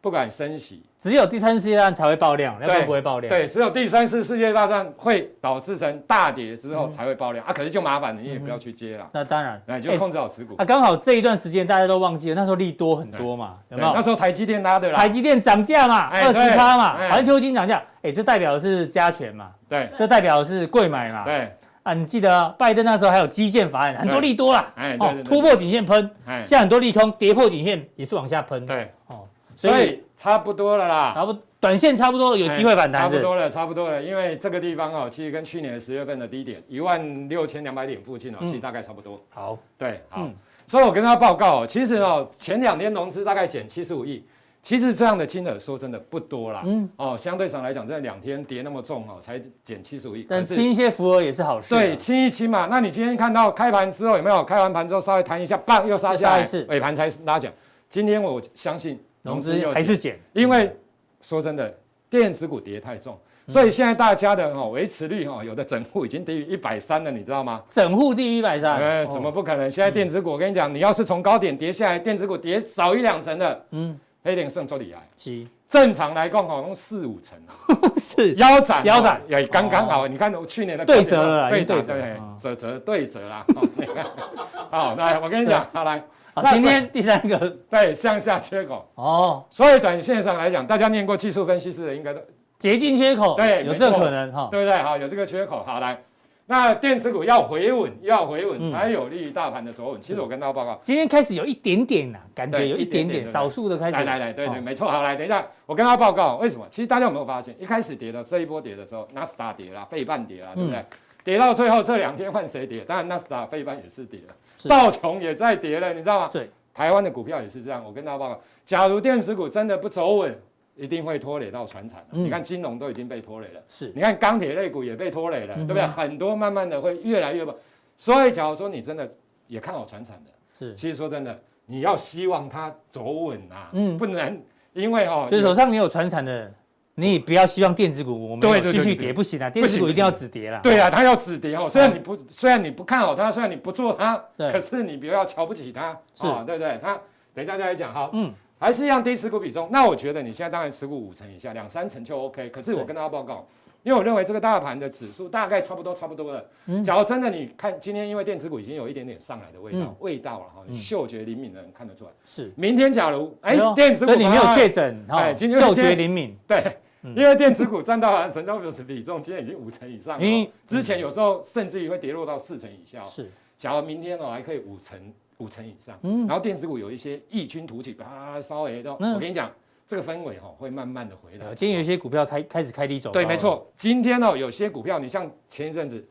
Speaker 5: 不管升息，
Speaker 2: 只有第三次世界大战才会爆量，要不然不会爆量。，
Speaker 5: 对，只有第三次世界大战会导致成大跌之
Speaker 2: 嗯
Speaker 5: 后才会爆量、啊，可是就麻烦了，你也不要去接啦，
Speaker 2: 那当然，
Speaker 5: 那、
Speaker 2: 嗯
Speaker 5: 你
Speaker 2: 哎
Speaker 5: 就控制好持股。
Speaker 2: 啊，刚好这一段时间大家都忘记了，那时候利多很多嘛，有
Speaker 5: 对，
Speaker 2: 没有
Speaker 5: 那？时候台积电拉的
Speaker 2: 台
Speaker 5: 啦，
Speaker 2: 积电涨价嘛，
Speaker 5: 哎
Speaker 2: 二十趴嘛，
Speaker 5: 对哎
Speaker 2: 环球金涨价，哎，这代表的是加权嘛，
Speaker 5: 对
Speaker 2: 这代表的是贵买嘛。
Speaker 5: 对，
Speaker 2: 啊，你记得啊拜登那时候还有基建法案，很多利多啦，
Speaker 5: 哎对
Speaker 2: 哦
Speaker 5: 对，对
Speaker 2: 突破颈线喷，
Speaker 5: 哎
Speaker 2: 现，在很多利空，跌破颈线也是往下喷，
Speaker 5: 对，
Speaker 2: 哦，
Speaker 5: 所以差不多了啦。
Speaker 2: 然后短线差不多有机会反弹，
Speaker 5: 哎差不
Speaker 2: 是是
Speaker 5: 多了，差不多了，因为这个地方哦，其实跟去年十月份的低点一万六千两百点附近哦，
Speaker 2: 嗯
Speaker 5: 其实大概差不多。
Speaker 2: 好，
Speaker 5: 对，好，
Speaker 2: 嗯
Speaker 5: 所以我跟他报告哦，其实哦，前两天融资大概减七十五亿，其实这样的金额说真的不多啦，
Speaker 2: 嗯
Speaker 5: 哦，相对上来讲，这两天跌那么重哦，才减七十五亿，
Speaker 2: 但
Speaker 5: 可是
Speaker 2: 清一些浮额也是好事啊，
Speaker 5: 对，清一清嘛。那你今天看到开盘之后有没有？开完盘之后稍微弹一下，棒又杀下
Speaker 2: 又杀
Speaker 5: 来，
Speaker 2: 一次
Speaker 5: 尾盘才拉讲。今天我相信
Speaker 2: 融
Speaker 5: 融
Speaker 2: 资
Speaker 5: 资又
Speaker 2: 还
Speaker 5: 减
Speaker 2: 是减，
Speaker 5: 因为说真的，电子股跌太重，
Speaker 2: 嗯
Speaker 5: 所以现在大家的哈、哦、维持率哈、哦，有的整户已经低于一百三了，你知道吗？
Speaker 2: 整户第一百三，
Speaker 5: 呃，
Speaker 2: 哦
Speaker 5: 怎么不可能？现在电子股，我跟你讲，你要是从高点跌下来，电子股跌少一两成的，
Speaker 2: 嗯，
Speaker 5: 黑点胜做里来。
Speaker 2: (laughs) 七
Speaker 5: 正常来讲，好像四五成，啊
Speaker 2: 是
Speaker 5: 腰斩哦，
Speaker 2: 腰斩
Speaker 5: 也刚刚好。你看我去年的啊
Speaker 2: 对折了啦
Speaker 5: 对
Speaker 2: 已
Speaker 5: 打
Speaker 2: 经对折
Speaker 5: 对
Speaker 2: 嗯
Speaker 5: 折折对折啦。哦 (laughs) 你看好，来我跟你讲，好来，
Speaker 2: 好，
Speaker 5: 那
Speaker 2: 今天第三个
Speaker 5: 对向下缺口，
Speaker 2: 哦，
Speaker 5: 所以短线上来讲，大家念过技术分析师的应该都
Speaker 2: 竭尽缺口，
Speaker 5: 对
Speaker 2: 有这
Speaker 5: 没错
Speaker 2: 可能哈，
Speaker 5: 对不对？好，有这个缺口，好来。那电子股要回稳，要回稳
Speaker 2: 嗯
Speaker 5: 才有利于大盘的走稳。其实我跟大家报告，
Speaker 2: 今天开始有一点点呐，感觉
Speaker 5: 对
Speaker 2: 有一
Speaker 5: 一
Speaker 2: 点
Speaker 5: 点
Speaker 2: 点，
Speaker 5: 点
Speaker 2: 少数的开始，
Speaker 5: 来来来，对对，
Speaker 2: 哦，
Speaker 5: 没错。好，来，等一下，我跟大家报告为什么？其实大家有没有发现，一开始跌的这一波跌的时候，纳斯达跌啦，费半跌啦，
Speaker 2: 嗯
Speaker 5: 对不对？跌到最后这两天换谁跌？当然纳斯达费半也是跌
Speaker 2: 是
Speaker 5: 了，道琼也在跌了，你知道吗？
Speaker 2: 对，
Speaker 5: 台湾的股票也是这样。我跟大家报告，假如电子股真的不走稳，一定会拖累到船产的。
Speaker 2: 嗯
Speaker 5: 你看金融都已经被拖累了，
Speaker 2: 是
Speaker 5: 你看钢铁类股也被拖累
Speaker 2: 嗯
Speaker 5: 了，对不对？很多慢慢的会越来越不。所以，假如说你真的也看好船产的，
Speaker 2: 是，
Speaker 5: 其实说真的，你要希望它走稳啊，
Speaker 2: 嗯
Speaker 5: 不能因为哦，
Speaker 2: 所以
Speaker 5: 有
Speaker 2: 手上你有传产的，你也不要希望电子股我们
Speaker 5: 对
Speaker 2: 有
Speaker 5: 对对
Speaker 2: 继续
Speaker 5: 对对
Speaker 2: 跌，不行啊，电子
Speaker 5: 行
Speaker 2: 股
Speaker 5: 不
Speaker 2: 一定要止跌啦，
Speaker 5: 对啊，它要止跌哦。虽然你不虽然你不看好它，虽然你不做它，
Speaker 2: 嗯对
Speaker 5: 可是你不要瞧不起它，
Speaker 2: 是
Speaker 5: 哦对不对？它等一下再来讲哈，
Speaker 2: 嗯
Speaker 5: 嗯，还是一样低持股比重。那我觉得你现在当然持股五成以下，两三成就 OK。可是我
Speaker 2: 对
Speaker 5: 跟大家报告。因为我认为这个大盘的指数大概差不多差不多了。假如真的你看今天，因为电子股已经有一点点上来的味道，
Speaker 2: 嗯
Speaker 5: 味道了哈，你嗅觉灵敏的人看得出来。
Speaker 2: 是，
Speaker 5: 明天假如哎、
Speaker 2: 呦
Speaker 5: 电子股
Speaker 2: 所以你没有
Speaker 5: 它
Speaker 2: 确诊哈，
Speaker 5: 哎今天
Speaker 2: 嗅
Speaker 5: 今
Speaker 2: 觉
Speaker 5: 天
Speaker 2: 灵敏，
Speaker 5: 对，
Speaker 2: 嗯
Speaker 5: 因为电子股占到完成交比重今天已经五成以上了
Speaker 2: 嗯
Speaker 5: 哦，之前有时候甚至于会跌落到四成以下哦。
Speaker 2: 是
Speaker 5: 假如明天哦还可以五成五成以上，
Speaker 2: 嗯
Speaker 5: 然后电子股有一些异军突起，啪稍微都，
Speaker 2: 嗯
Speaker 5: 我跟你讲，这个氛围哦会慢慢的回来
Speaker 2: 呃，。今天有啊一些股票开开始开低走，
Speaker 5: 对，没，错，今天哦有些股票，你像前一阵子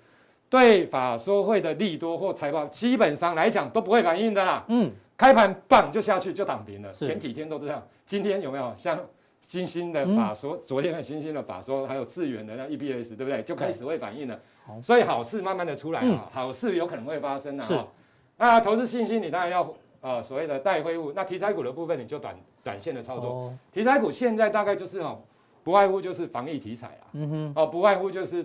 Speaker 5: 对法说会的利多或财报，基本上来讲都不会反应的啦。
Speaker 2: 嗯，
Speaker 5: 开盘棒就下去就躺平了，
Speaker 2: 是
Speaker 5: 前几天都这样，今天有没有像新兴的
Speaker 2: 嗯
Speaker 5: 法说，昨天的新兴的法说，还有智源的那 EBS 对不对？就开始会反应了
Speaker 2: 好，
Speaker 5: 所以好事慢慢的出来啊、
Speaker 2: 嗯
Speaker 5: 好事有可能会发生啊。
Speaker 2: 是
Speaker 5: 哦那投资信心你当然要呃所谓的待恢复，那题材股的部分你就短短线的操作，
Speaker 2: 哦，
Speaker 5: 题材股现在大概就是哦，不外乎就是防疫题材啦，
Speaker 2: 嗯哼。
Speaker 5: 哦不外乎就是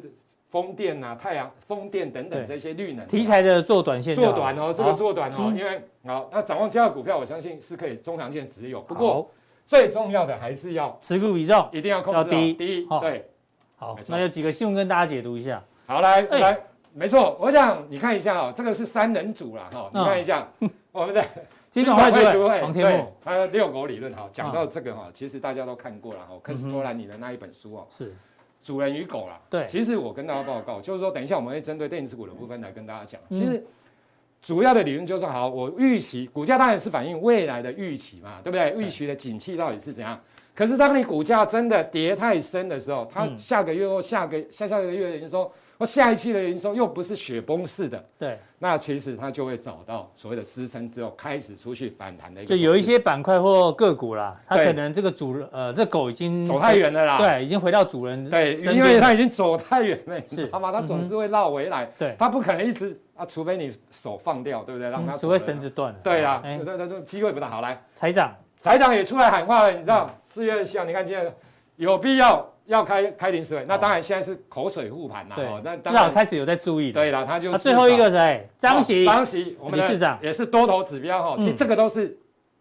Speaker 5: 风电啊、太阳风电等等
Speaker 2: 对
Speaker 5: 这些绿能啊
Speaker 2: 题材的做短线就好
Speaker 5: 做
Speaker 2: 了，
Speaker 5: 短哦，这个
Speaker 2: 好
Speaker 5: 做短哦，
Speaker 2: 嗯
Speaker 5: 因为好，那展望这样的股票，我相信是可以中长线持有。不过
Speaker 2: 好
Speaker 5: 最重要的还是要
Speaker 2: 持股比重
Speaker 5: 一定要控
Speaker 2: 要
Speaker 5: 制
Speaker 2: 低
Speaker 5: 好低
Speaker 2: 好，
Speaker 5: 对，
Speaker 2: 好
Speaker 5: 没，错
Speaker 2: 那有几个新闻跟大家解读一下。
Speaker 5: 好来
Speaker 2: 哎
Speaker 5: 来，没错，我想你看一下哦，这个是三人组啦哈，
Speaker 2: 嗯
Speaker 5: 你看一下我们的
Speaker 2: (laughs) 金管会主
Speaker 5: 主
Speaker 2: 委
Speaker 5: 委
Speaker 2: 王天
Speaker 5: 对
Speaker 2: 木嗯
Speaker 5: 他的遛狗理论哈，讲到这个哈，其实大家都看过了哈，克斯托兰尼的那一本书哦，
Speaker 2: 是
Speaker 5: 主人与狗啦。
Speaker 2: 对
Speaker 5: 其实我跟大家报告，就是说，等一下我们会针对电子股的部分来跟大家讲。
Speaker 2: 嗯
Speaker 5: 其实主要的理论就是，好，我预期股价当然是反映未来的预期嘛，对不对？预期的景气到底是怎样？可是当你股价真的跌太深的时候，它
Speaker 2: 嗯
Speaker 5: 下个月或下个下下个月的营收或下一期的营收又不是雪崩式的，
Speaker 2: 对，
Speaker 5: 那其实它就会找到所谓的支撑之后，开始出去反弹的一个
Speaker 2: 就
Speaker 5: 走势。
Speaker 2: 有一些板块或个股啦，它
Speaker 5: 对
Speaker 2: 可能这个主人呃，这狗已经
Speaker 5: 走太远了啦，
Speaker 2: 对，已经回到主人
Speaker 5: 对，
Speaker 2: 身
Speaker 5: 因为
Speaker 2: 边
Speaker 5: 它已经走太远了，你
Speaker 2: 是嗯
Speaker 5: 知道吗？它总是会绕回来，
Speaker 2: 对
Speaker 5: 它不可能一直啊，除非你手放掉，对不对？让它
Speaker 2: 嗯
Speaker 5: 走
Speaker 2: 除非
Speaker 5: 了
Speaker 2: 绳子断了。
Speaker 5: 对啊，
Speaker 2: 哎
Speaker 5: 对对对，机会不大好来。
Speaker 2: 财长，
Speaker 5: 财长也出来喊话了，你知
Speaker 2: 嗯
Speaker 5: 道四月下，你看现在有必要要开开临时会，那当然现在是口水护盘啦，
Speaker 2: 哦对
Speaker 5: 哦，那，
Speaker 2: 至
Speaker 5: 当
Speaker 2: 少
Speaker 5: 然
Speaker 2: 开始有在注意了。
Speaker 5: 对了，他就
Speaker 2: 那
Speaker 5: 是
Speaker 2: 最后一个哎谁？张
Speaker 5: 哦
Speaker 2: 喜，
Speaker 5: 张喜，我们的
Speaker 2: 理事长
Speaker 5: 也是多头指标哈，其实
Speaker 2: 嗯
Speaker 5: 这个都是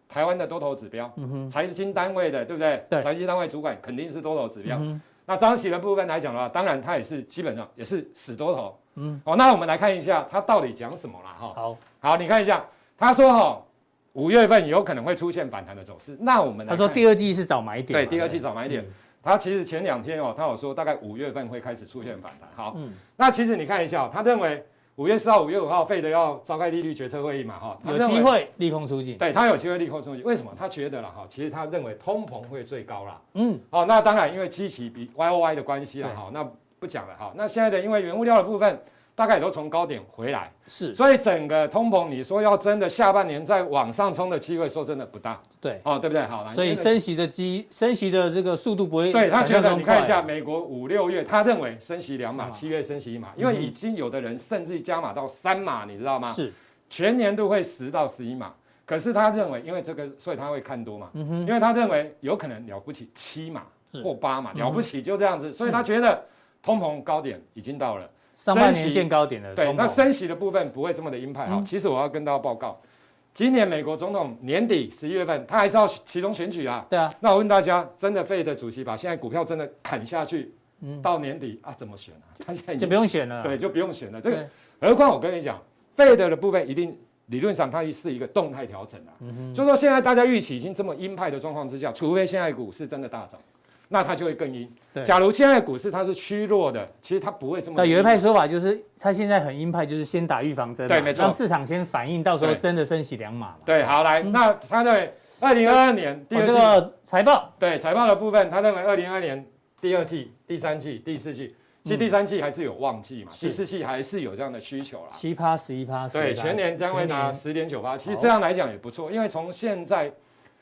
Speaker 5: 台湾的多头指标，
Speaker 2: 嗯哼，
Speaker 5: 财经单位的对不对？
Speaker 2: 对
Speaker 5: 财经单位主管肯定是多头指标
Speaker 2: 嗯。哼
Speaker 5: 那张喜的部分来讲的话，当然他也是基本上也是死多头。
Speaker 2: 嗯
Speaker 5: 嗯，哦，那我们来看一下他到底讲什么啦哈。
Speaker 2: 好，
Speaker 5: 好，你看一下，他说哈、五月份有可能会出现反弹的走势。那我们来
Speaker 2: 他说
Speaker 5: 看
Speaker 2: 第二季是找买点嘛，嗯
Speaker 5: 对第二季找买点，他其实前两天哦，他有说大概五月份会开始出现反弹。好，
Speaker 2: 嗯
Speaker 5: 那其实你看一下哦、他认为五月四号、五月五号，费德要召开利率决策会议嘛哈、他
Speaker 2: 有
Speaker 5: 认为
Speaker 2: 机。会利空出尽。
Speaker 5: 对他有机会利空出去，为什么？他觉得了哈，其实他认为通膨会最高啦。
Speaker 2: 嗯，
Speaker 5: 哦，那当然，因为基期比 Y O Y 的关系了，好，那不讲了，好，那现在的因为原物料的部分大概也都从高点回来，
Speaker 2: 是，
Speaker 5: 所以整个通膨，你说要真的下半年再往上冲的机会，说真的不大，
Speaker 2: 对，
Speaker 5: 哦，对不对？好啦
Speaker 2: 所以
Speaker 5: 因为
Speaker 2: 升息的机升息的这个速度不会
Speaker 5: 对他
Speaker 2: 想
Speaker 5: 觉
Speaker 2: 象
Speaker 5: 得，
Speaker 2: 中
Speaker 5: 你
Speaker 2: 快
Speaker 5: 看一下，美国五六月，他认为升息两
Speaker 2: 啊嗯
Speaker 5: 码，七月升息一码，因为已经有的人甚至加码到三码，你知道吗？
Speaker 2: 是，
Speaker 5: 全年都会十到十一码。可是他认为，因为这个，所以他会看多嘛，
Speaker 2: 嗯哼，
Speaker 5: 因为他认为有可能了不起七码
Speaker 2: 是
Speaker 5: 或八码，
Speaker 2: 嗯
Speaker 5: 了不起就这样子，所以他觉得通膨高点已经到了。
Speaker 2: 上半
Speaker 5: 升
Speaker 2: 年
Speaker 5: 息
Speaker 2: 见高点的
Speaker 5: 对，
Speaker 2: 通
Speaker 5: 那
Speaker 2: 膨
Speaker 5: 升息的部分不会这么的鹰派啊
Speaker 2: 嗯。
Speaker 5: 其实我要跟大家报告，今年美国总统年底十一月份，他还是要其中选举啊。
Speaker 2: 对啊，
Speaker 5: 那我问大家，真的费的主席把现在股票真的砍下去
Speaker 2: 嗯，
Speaker 5: 到年底啊怎么选啊？ (laughs) 他现在已经
Speaker 2: 就不用选了。
Speaker 5: 对，就不用选了。这个
Speaker 2: 对，
Speaker 5: 何况我跟你讲，费的的部分一定理论上它是一个动态调整啊。
Speaker 2: 嗯哼，
Speaker 5: 就说现在大家预期已经这么鹰派的状况之下，除非现在股市真的大涨，那它就会更鹰
Speaker 2: 对。
Speaker 5: 假如现在股市它是虚弱的，其实它不会这么
Speaker 2: 那
Speaker 5: 鹰。
Speaker 2: 有一派说法就是，他现在很鹰派，就是先打预防针嘛，
Speaker 5: 对没错
Speaker 2: 让市场先反应，到时候
Speaker 5: 对
Speaker 2: 真的升息两码嘛。
Speaker 5: 对，好来，那他在二零二二年第
Speaker 2: 我
Speaker 5: 二
Speaker 2: 嗯哦这
Speaker 5: 季、
Speaker 2: 个财报
Speaker 5: 对财报的部分，他认为二零二年第二季、第三季、第四季，其实第三季还是有旺季
Speaker 2: 嗯
Speaker 5: 嘛，
Speaker 2: 是
Speaker 5: 第四季还是有这样的需求啦。
Speaker 2: 七趴、十一趴，
Speaker 5: 对，
Speaker 2: 11%
Speaker 5: 全年将会拿
Speaker 2: 全年
Speaker 5: 十点九八，其实
Speaker 2: 好
Speaker 5: 这样来讲也不错，因为从现在，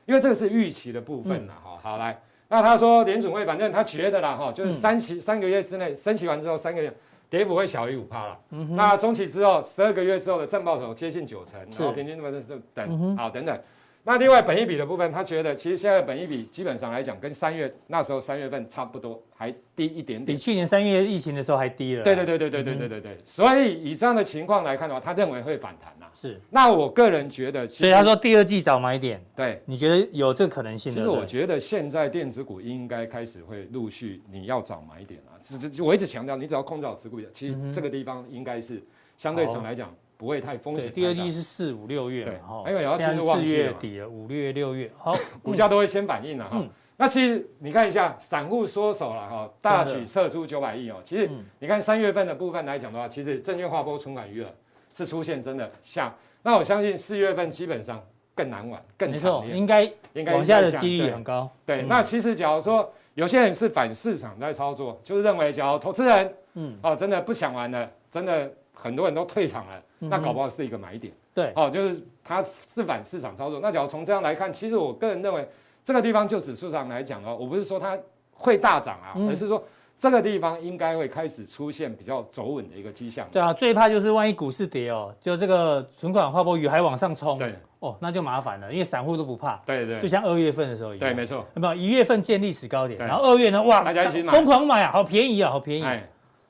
Speaker 5: 因为这个是预期的部分啦，哈、好来，那他说联准会反正他觉得啦，哈，就是三期、三个月之内升息完之后三个月。跌幅会小于五趴了，那中期之后十二个月之后的正报酬接近九成，
Speaker 2: 是
Speaker 5: 然后平均这么等
Speaker 2: 嗯
Speaker 5: 等
Speaker 2: 哼
Speaker 5: 好等等。那另外本益比的部分，他觉得其实现在本益比基本上来讲跟三月那时候三月份差不多，还低一点点
Speaker 2: 比。去年三月疫情的时候还低了。
Speaker 5: 对对，对对对对对对对。所以以这样的情况来看的话，他认为会反弹啦。
Speaker 2: 是。
Speaker 5: 那我个人觉得，其实
Speaker 2: 所以他说第二季早买点，
Speaker 5: 对。
Speaker 2: 你觉得有这个可能性？
Speaker 5: 其
Speaker 2: 对
Speaker 5: 实
Speaker 2: 不对
Speaker 5: 我觉得现在电子股应该开始会陆续，你要找买点啊。只只我一直强调，你只要控制好持股比较，其
Speaker 2: 嗯哼
Speaker 5: 实这个地方应该是相对上来讲不会太风
Speaker 2: 对
Speaker 5: 险。
Speaker 2: 第二季，是四五六月
Speaker 5: 对
Speaker 2: 嘛，哈，
Speaker 5: 因为也要
Speaker 2: 现在
Speaker 5: 进入
Speaker 2: 是
Speaker 5: 旺
Speaker 2: 四
Speaker 5: 季
Speaker 2: 月
Speaker 5: 了嘛
Speaker 2: 底了，五月六月，好，
Speaker 5: 股价都会先反应了啊哈
Speaker 2: 嗯。
Speaker 5: 那其实你看一下，散户缩手了哈，大
Speaker 2: 真
Speaker 5: 举
Speaker 2: 的
Speaker 5: 撤出九百亿哦。其实
Speaker 2: 嗯
Speaker 5: 你看三月份的部分来讲的话，其实证券划拨存款余额啊是出现真的下。那我相信四月份基本上更难玩，更
Speaker 2: 没
Speaker 5: 惨
Speaker 2: 错，
Speaker 5: 烈，
Speaker 2: 应该
Speaker 5: 应该
Speaker 2: 往下的
Speaker 5: 下
Speaker 2: 几率
Speaker 5: 对
Speaker 2: 也很高。
Speaker 5: 对，
Speaker 2: 嗯
Speaker 5: 那其实假如说有些人是反市场在操作，就是认为假如投资人
Speaker 2: 嗯，
Speaker 5: 哦真的不想玩了，真的很多人都退场了，
Speaker 2: 嗯哼
Speaker 5: 那搞不好是一个买点。
Speaker 2: 对
Speaker 5: 哦，就是它是反市场操作。那假如从这样来看，其实我个人认为这个地方就指数上来讲哦，我不是说它会大涨啊，
Speaker 2: 嗯
Speaker 5: 而是说这个地方应该会开始出现比较走稳的一个迹象。
Speaker 2: 对啊，最怕就是万一股市跌哦，就这个存款划拨余还往上冲，
Speaker 5: 对
Speaker 2: 哦，那就麻烦了，因为散户都不怕，
Speaker 5: 对对
Speaker 2: 就
Speaker 5: 对
Speaker 2: 像二月份的时候一样，
Speaker 5: 对，没错。
Speaker 2: 有没有？一月份见历史高点，
Speaker 5: 对
Speaker 2: 然后二月呢，哇，
Speaker 5: 大家一起买
Speaker 2: 疯狂买啊，好便宜啊，好便宜。
Speaker 5: 哎，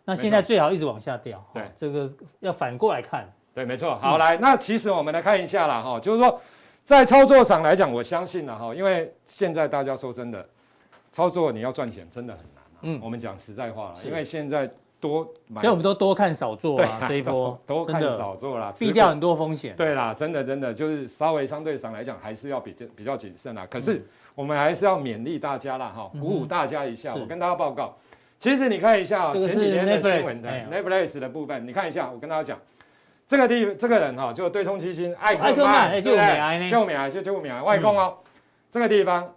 Speaker 2: 那现在最好一直往下掉，
Speaker 5: 对
Speaker 2: 哦这个要反过来看，
Speaker 5: 对，没错。好，来，那其实我们来看一下啦，哈，就是说在操作上来讲，我相信了哈，因为现在大家说真的，操作你要赚钱真的很难、啊。
Speaker 2: 嗯
Speaker 5: 嗯，我们讲实在话了，
Speaker 2: 是
Speaker 5: 因为现在多买
Speaker 2: 所以我们都多看少做
Speaker 5: (laughs) 对
Speaker 2: 啊，这一
Speaker 5: (laughs)
Speaker 2: 波
Speaker 5: 都都
Speaker 2: 真
Speaker 5: 看
Speaker 2: 的
Speaker 5: 少做啦，
Speaker 2: 避
Speaker 5: 持股
Speaker 2: 掉很多风险。
Speaker 5: 对啦，真的真的就是稍微相对上来讲，还是要比较比较谨慎
Speaker 2: 嗯
Speaker 5: 啦。可是我们还是要勉励大家啦，哈，鼓舞大家一下。
Speaker 2: 是
Speaker 5: 我跟大家报告，其实你看一下哦
Speaker 2: 这个
Speaker 5: 前
Speaker 2: 是
Speaker 5: 几天的
Speaker 2: Netflix，
Speaker 5: 新闻的
Speaker 2: 哎
Speaker 5: Netflix 的部分，你看一下，我跟大家讲。这个地这个人哈、就对冲基金艾
Speaker 2: 艾克
Speaker 5: 克
Speaker 2: 曼
Speaker 5: 曼，
Speaker 2: 哎嗯就
Speaker 5: 对不对
Speaker 2: 有名啊呢
Speaker 5: 就美啊，就就美啊，外公哦，这个地方